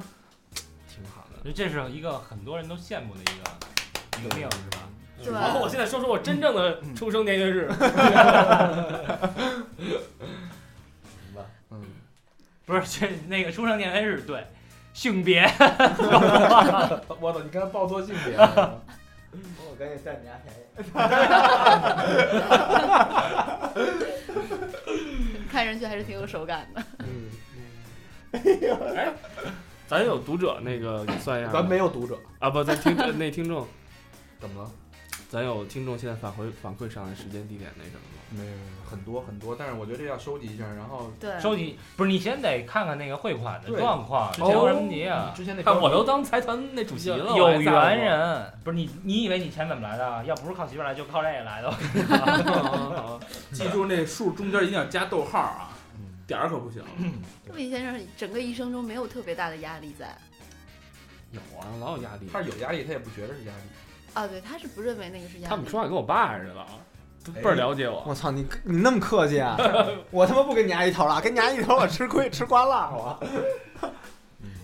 B: 挺好的。
F: 这是一个很多人都羡慕的一个一个命，是吧？
E: 对
B: 然后哦我现在说说我真正的出生年月日，
C: 嗯，
F: 不是，这那个出生年月日对，性 别
N: 嗯
C: 我操，你刚才报错性别，
K: 我赶紧占你家便宜。
E: 看上去还是挺有手感的。
K: 嗯，
B: 咱有读者那个给算一下吧，
C: 咱没有读者，
B: 啊不，咱听那听众，
C: 怎么了？
B: 咱有听众现在反馈反馈上来时间地点那什么吗？
C: 没有，很多很多，但是我觉得这要收集一下，然后
E: 对，
F: 收集不是你先得看看那个汇款的
C: 对哦
F: 状况，之
C: 前
F: 前什么急啊？
C: 之前那
B: 看我
C: 都
B: 都 当财团那主席了，我
F: 有
B: 还在乎
F: 缘 人，不是你，你以为你钱怎么来的？要不是靠媳妇儿来，就靠这个来的。
O: 记住那数中间一定要加逗号啊，
B: 嗯
O: 点儿可不行。
E: 魏先生整个一生中没有特别大的压力在
B: 有啊，老有压力。
C: 他是有压力，他也不觉得是压力。
E: 啊，对，他是不认为那个是压力。
B: 他们说话跟我爸似的啊，都倍儿了解我。
K: 我操你你那么客气啊！ 我他妈不跟你阿姨头了，跟你阿姨头我吃亏吃瓜烂我。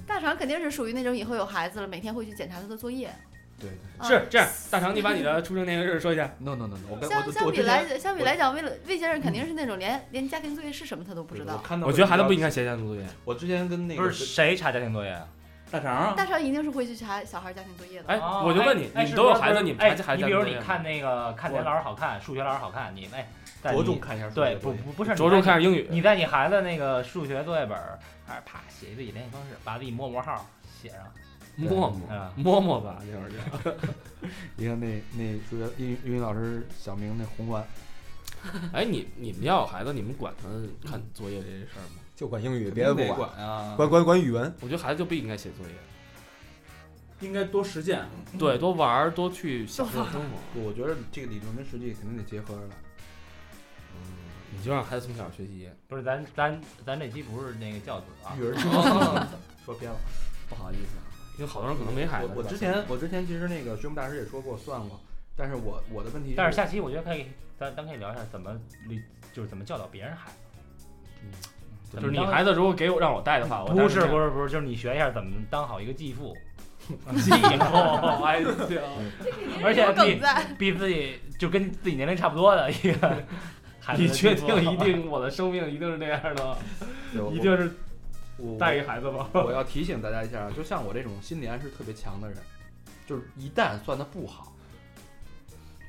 E: 大肠肯定是属于那种以后有孩子了，每天会去检查他的作业。
C: 对
E: 啊
B: 是这样，大长，你把你的出生年月日说一下。
C: ，no no no no，我跟
E: 相
C: 我
E: 相
C: 我
E: 比
C: 之前
E: 来相比来讲，为了魏先生肯定是那种连连家庭作业是什么他都不知
C: 我
E: 道。
C: 看到
B: 我觉得孩子不应
C: 该。
B: 该写家庭作业，
C: 我之前跟那个
F: 不是谁查家庭作业啊？
O: 大肠啊，
E: 大肠一定是会去查小孩家庭作业的。
B: 哎，
F: 哦
B: 我就问你，
F: 哎哎
B: 你都有
F: 是不是
B: 孩子，你们
F: 哎
B: 还还
F: 你
B: 家庭
F: 比如
B: 作
F: 你
B: 业吗？
F: 看那个看谁老师好看，数学老师好看，你哎，但
C: 着
F: 你
C: 重看一下数学作
F: 对
C: 业，
F: 不不不是你
B: 着重
F: 在
B: 看是英语。
F: 你在你孩子那个数学作业本儿，还是啪写一自己联系方式，把自己摸摸号写上，
B: 默
F: 啊
B: 默默默吧，那会儿就
P: 你看那那数学英语英语老师小明那红丸，
B: 哎，你你们要有孩子，你们管他看作业这些事儿吗？
K: 就管英语，
C: 别
K: 别的
C: 得
K: 不管，
C: 管啊。
K: 管管管语文。
B: 我觉得孩子就不应该写作业，
O: 应该多实践。
B: 对，多玩儿，多去享受生活。
C: 不我觉得这个理论跟实际肯定得结合着来。
B: 嗯你就让孩子从小学习，
F: 不是咱咱咱这期不是那个教子啊，
C: 育儿经济 说偏了。
B: 不好意思啊，因为好多人可能没孩子。
C: 我我之前我之前其实那个学牧大师也说过算过，但是我我的问题
F: 但是下期我觉得可以，咱咱可以聊一下怎么捋，就是怎么教导别人孩子。嗯
B: 就是你孩子如果给我让我带的话，我
F: 不是不
B: 是
F: 是不是，就是你学一下怎么当好一个 继父，继父，哎呦而且
E: 有
F: 比
E: 梗在，
F: 比自己就跟自己年龄差不多的一个孩子。
B: 你确定一？定我的生命一定是那样的吗？
C: 对我
B: 一定是
C: 我
B: 带一孩子吗？
C: 我我要提醒大家一下，啊就像我这种心理暗示特别强的人，就是一旦算的不好，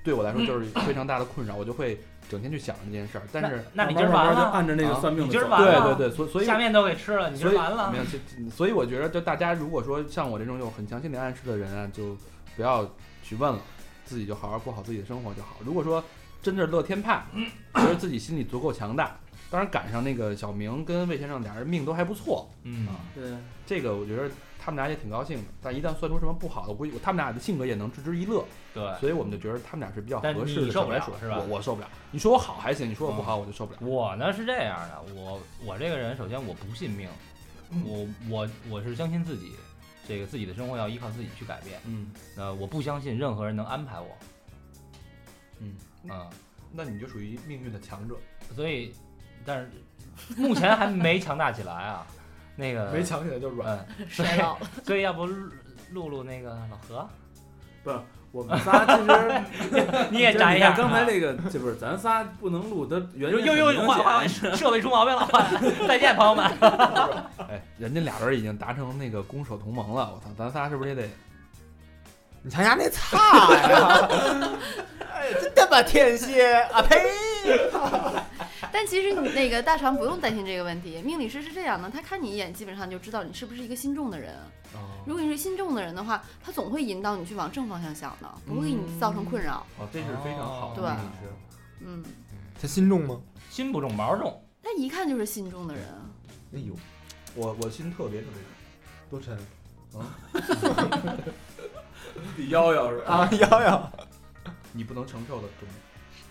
C: 对我来说就是非常大的困扰，我就会整天去想这件事儿。但是
F: 嗯
B: 啊
C: 啊
F: 那你今
O: 慢慢慢
F: 儿完
O: 慢就
F: 了，
O: 按着那个算命
F: 你
O: 的
F: 今
O: 走
F: 儿。完
C: 对
F: 了，
C: 对对，所所以
F: 下面都给吃了，你今
C: 所
F: 儿
C: 以
F: 完了
C: 没。有，其所以我觉得，就大家如果说像我这种有很强心理暗示的人啊，就不要去问了，自己就好好过好自己的生活就好。如果说真的乐天派，觉得自己心理足够强大，当然赶上那个小明跟魏先生俩人命都还不错，
F: 嗯
M: 对，
C: 这个我觉得他们俩也挺高兴的。但一旦算出什么不好的，我估计他们俩的性格也能置之一乐，
F: 对，
C: 所以我们就觉得他们俩是比较
F: 哎但
C: 合
F: 你
C: 适的
F: 受不
C: 小白
F: 了
C: 鼠
F: 是吧嗯
C: 我我受不了。你说我好还行，你说我不好我就受不了。
F: 我呢是这样的，我我这个人首先我不信命，
B: 嗯
F: 我我我是相信自己，这个自己的生活要依靠自己去改变。
C: 嗯，
F: 呃，我不相信任何人能安排我。
C: 嗯
F: 啊、
C: 那你就属于命运的强者，
F: 所以，但是目前还没强大起来啊。那个
C: 没，强起来就软。
F: 嗯，
E: 衰老了，
F: 所以要不露露露那个老何，
M: 我们仨其实
F: 你也展一下。
M: 刚才 那个这不是咱仨不能录的原因
F: 又
M: 很
F: 又又
M: 明
F: 换
M: 显哎
F: 换设备出毛病了，换再见朋友们。
C: 哎，人家俩人已经达成那个攻守同盟了，我操，咱仨是不是也得？
K: 你瞧人家那菜 呀，哎，真他妈天蝎啊呸！
E: 但其实你那个大肠不用担心这个问题，命理师是这样的，他看你一眼基本上就知道你是不是一个心重的人。
F: 哦
E: 如果你是心重的人的话，他总会引导你去往正方向想的，不会给你造成困扰。
C: 哦，这是非常好的
E: 对
C: 命理师。
E: 嗯，
K: 他心重吗？
F: 心不重毛重，
E: 那一看就是心重的人。
K: 哎呦，
C: 我我心特别特别
K: 多沉
M: 比幺幺是吧？
K: 啊！瑶瑶，
C: 你不能承受的重。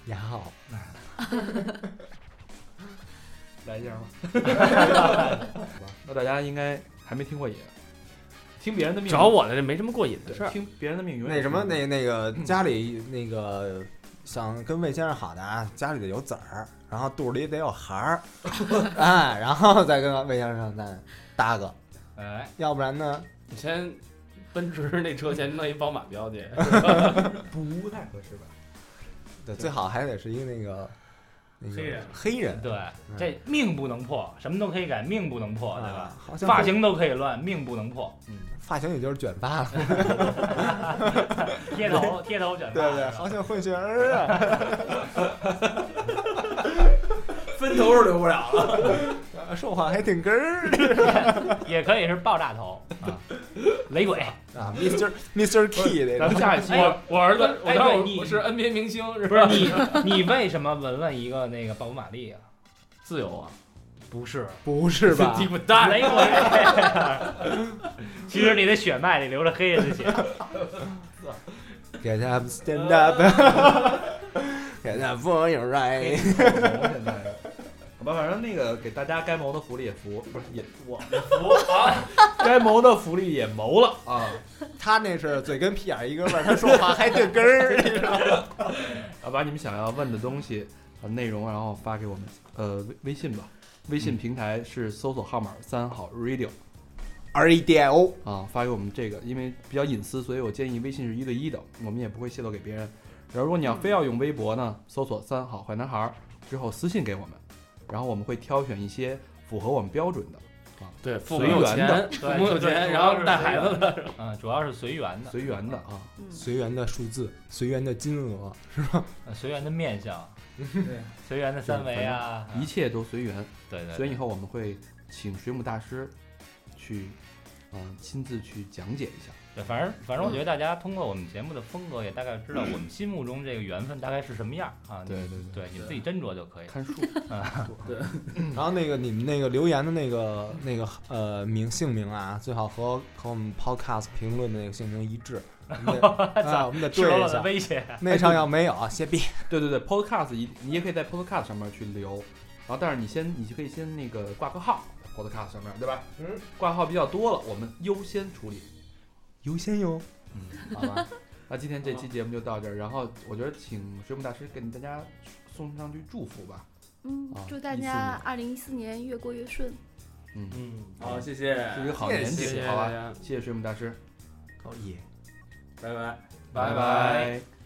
K: 瑶瑶，
C: 来一下吧。 那大家应该还没听过瘾，听别人的命
B: 找我的这没什么过瘾的事
C: 对
B: 儿。
C: 听别人的命永远
K: 那什么，
C: 是
K: 那那个家里那个想跟魏先生好的啊，家里得有籽儿，然后肚里得有 孩儿，哎，然后再跟魏先生再搭个，
F: 哎，
K: 要不然呢？
B: 你先奔驰那车先弄一宝马标去，
C: 不太合适吧？
K: 对，最好还得是一个那个那个
L: 黑人
K: 黑人，
F: 对，这命不能破，什么都可以改，命不能破，对吧
K: 啊？，好像
F: 发型都可以乱，命不能 破。
K: 发型也就是卷发了，
F: 贴头贴头卷发，
K: 对不对？
F: 是吧
K: 好想混血儿啊！
M: 分头是留不了了。
K: 啊 说话还挺哏儿啊的
F: 也可以是爆炸头啊，雷鬼。
K: 啊，Mr. Mr. Key 那
C: 咱
K: 个
C: 们下一期
B: 我我儿子，我
F: 哎
B: 当时
F: 对
B: 我
F: 你
B: 我是 NBA 明星，是
F: 不是你，你为什么闻了一个那个鲍勃·马利啊？
B: 自由啊，
F: 不是，
K: 不是 吧？
B: 鸡巴蛋，
F: 雷鬼。其实你的血脉里流着黑人的血。
K: Get up, stand up. Get up for your right.
C: 现在。好吧，反正那个给大家该谋的福利也福，不是也我们福啊， 该谋的福利也谋了啊。
K: 他那是嘴跟屁眼一个味儿，他说话还挺哏儿，你 知道吗？
C: 啊，把你们想要问的东西、呃、内容，然后发给我们，呃，微微信吧。微信平台是搜索号码三好 radio
K: 而一点哦，
C: 啊，发给我们这个，因为比较隐私，所以我建议微信是一对一的，我们也不会泄露给别人。然后如果你要非要用微博呢，搜索“三好坏男孩儿”之后私信给我们，然后我们会挑选一些符合我们标准的，
B: 对，父母
C: 随
B: 有
C: 缘的
B: 钱，父母有
F: 对
B: 钱，
F: 对
B: 然后带孩子的，
F: 嗯，主要是随缘的，
C: 啊随缘的啊。
E: 嗯，
K: 随缘的数字，随缘的金额，
F: 呃随缘的面相，随缘的三维啊，
C: 一切都随缘。
F: 对对
C: 所以以
F: 对，
C: 后我们会请水母大师去，嗯、亲自去讲解一下。
F: 对，反正反正我觉得大家通过我们节目的风格，也大概知道我们心目中这个缘分大概是什么样啊。你
C: 对对，
F: 对，你们自己斟酌就可以。
C: 嗯看 书。
K: 然后那个你们那个留言的那个那个呃名姓名啊，最好和和我们 podcast 评论的那个姓名一致，我 们得啊，我们得
F: 赤
K: 对
F: 裸
K: 一
F: 裸的
K: 下。
F: 威胁，
K: 那上要没有，啊谢逼。
C: 对对对，Podcast 一你也可以在 Podcast 上面去留，然后但是你先你就可以先那个挂个号在，Podcast 上面对吧？嗯，挂号比较多了，我们优先处理，
K: 优先哟，
C: 好 吧？那今天这期节目就到这儿，然后我觉得请水母大师给大家送上句祝福吧。
E: 嗯
C: 啊，
E: 祝大家二零一四年越过越顺。
C: 嗯，
B: 嗯，
M: 好，谢谢，
C: 是一个好年
B: 谢
C: 底，
B: 谢
C: 好
B: 大
C: 吧？
B: 家，
C: 谢谢水母大师，
K: 高一。
M: 拜拜。
C: 拜。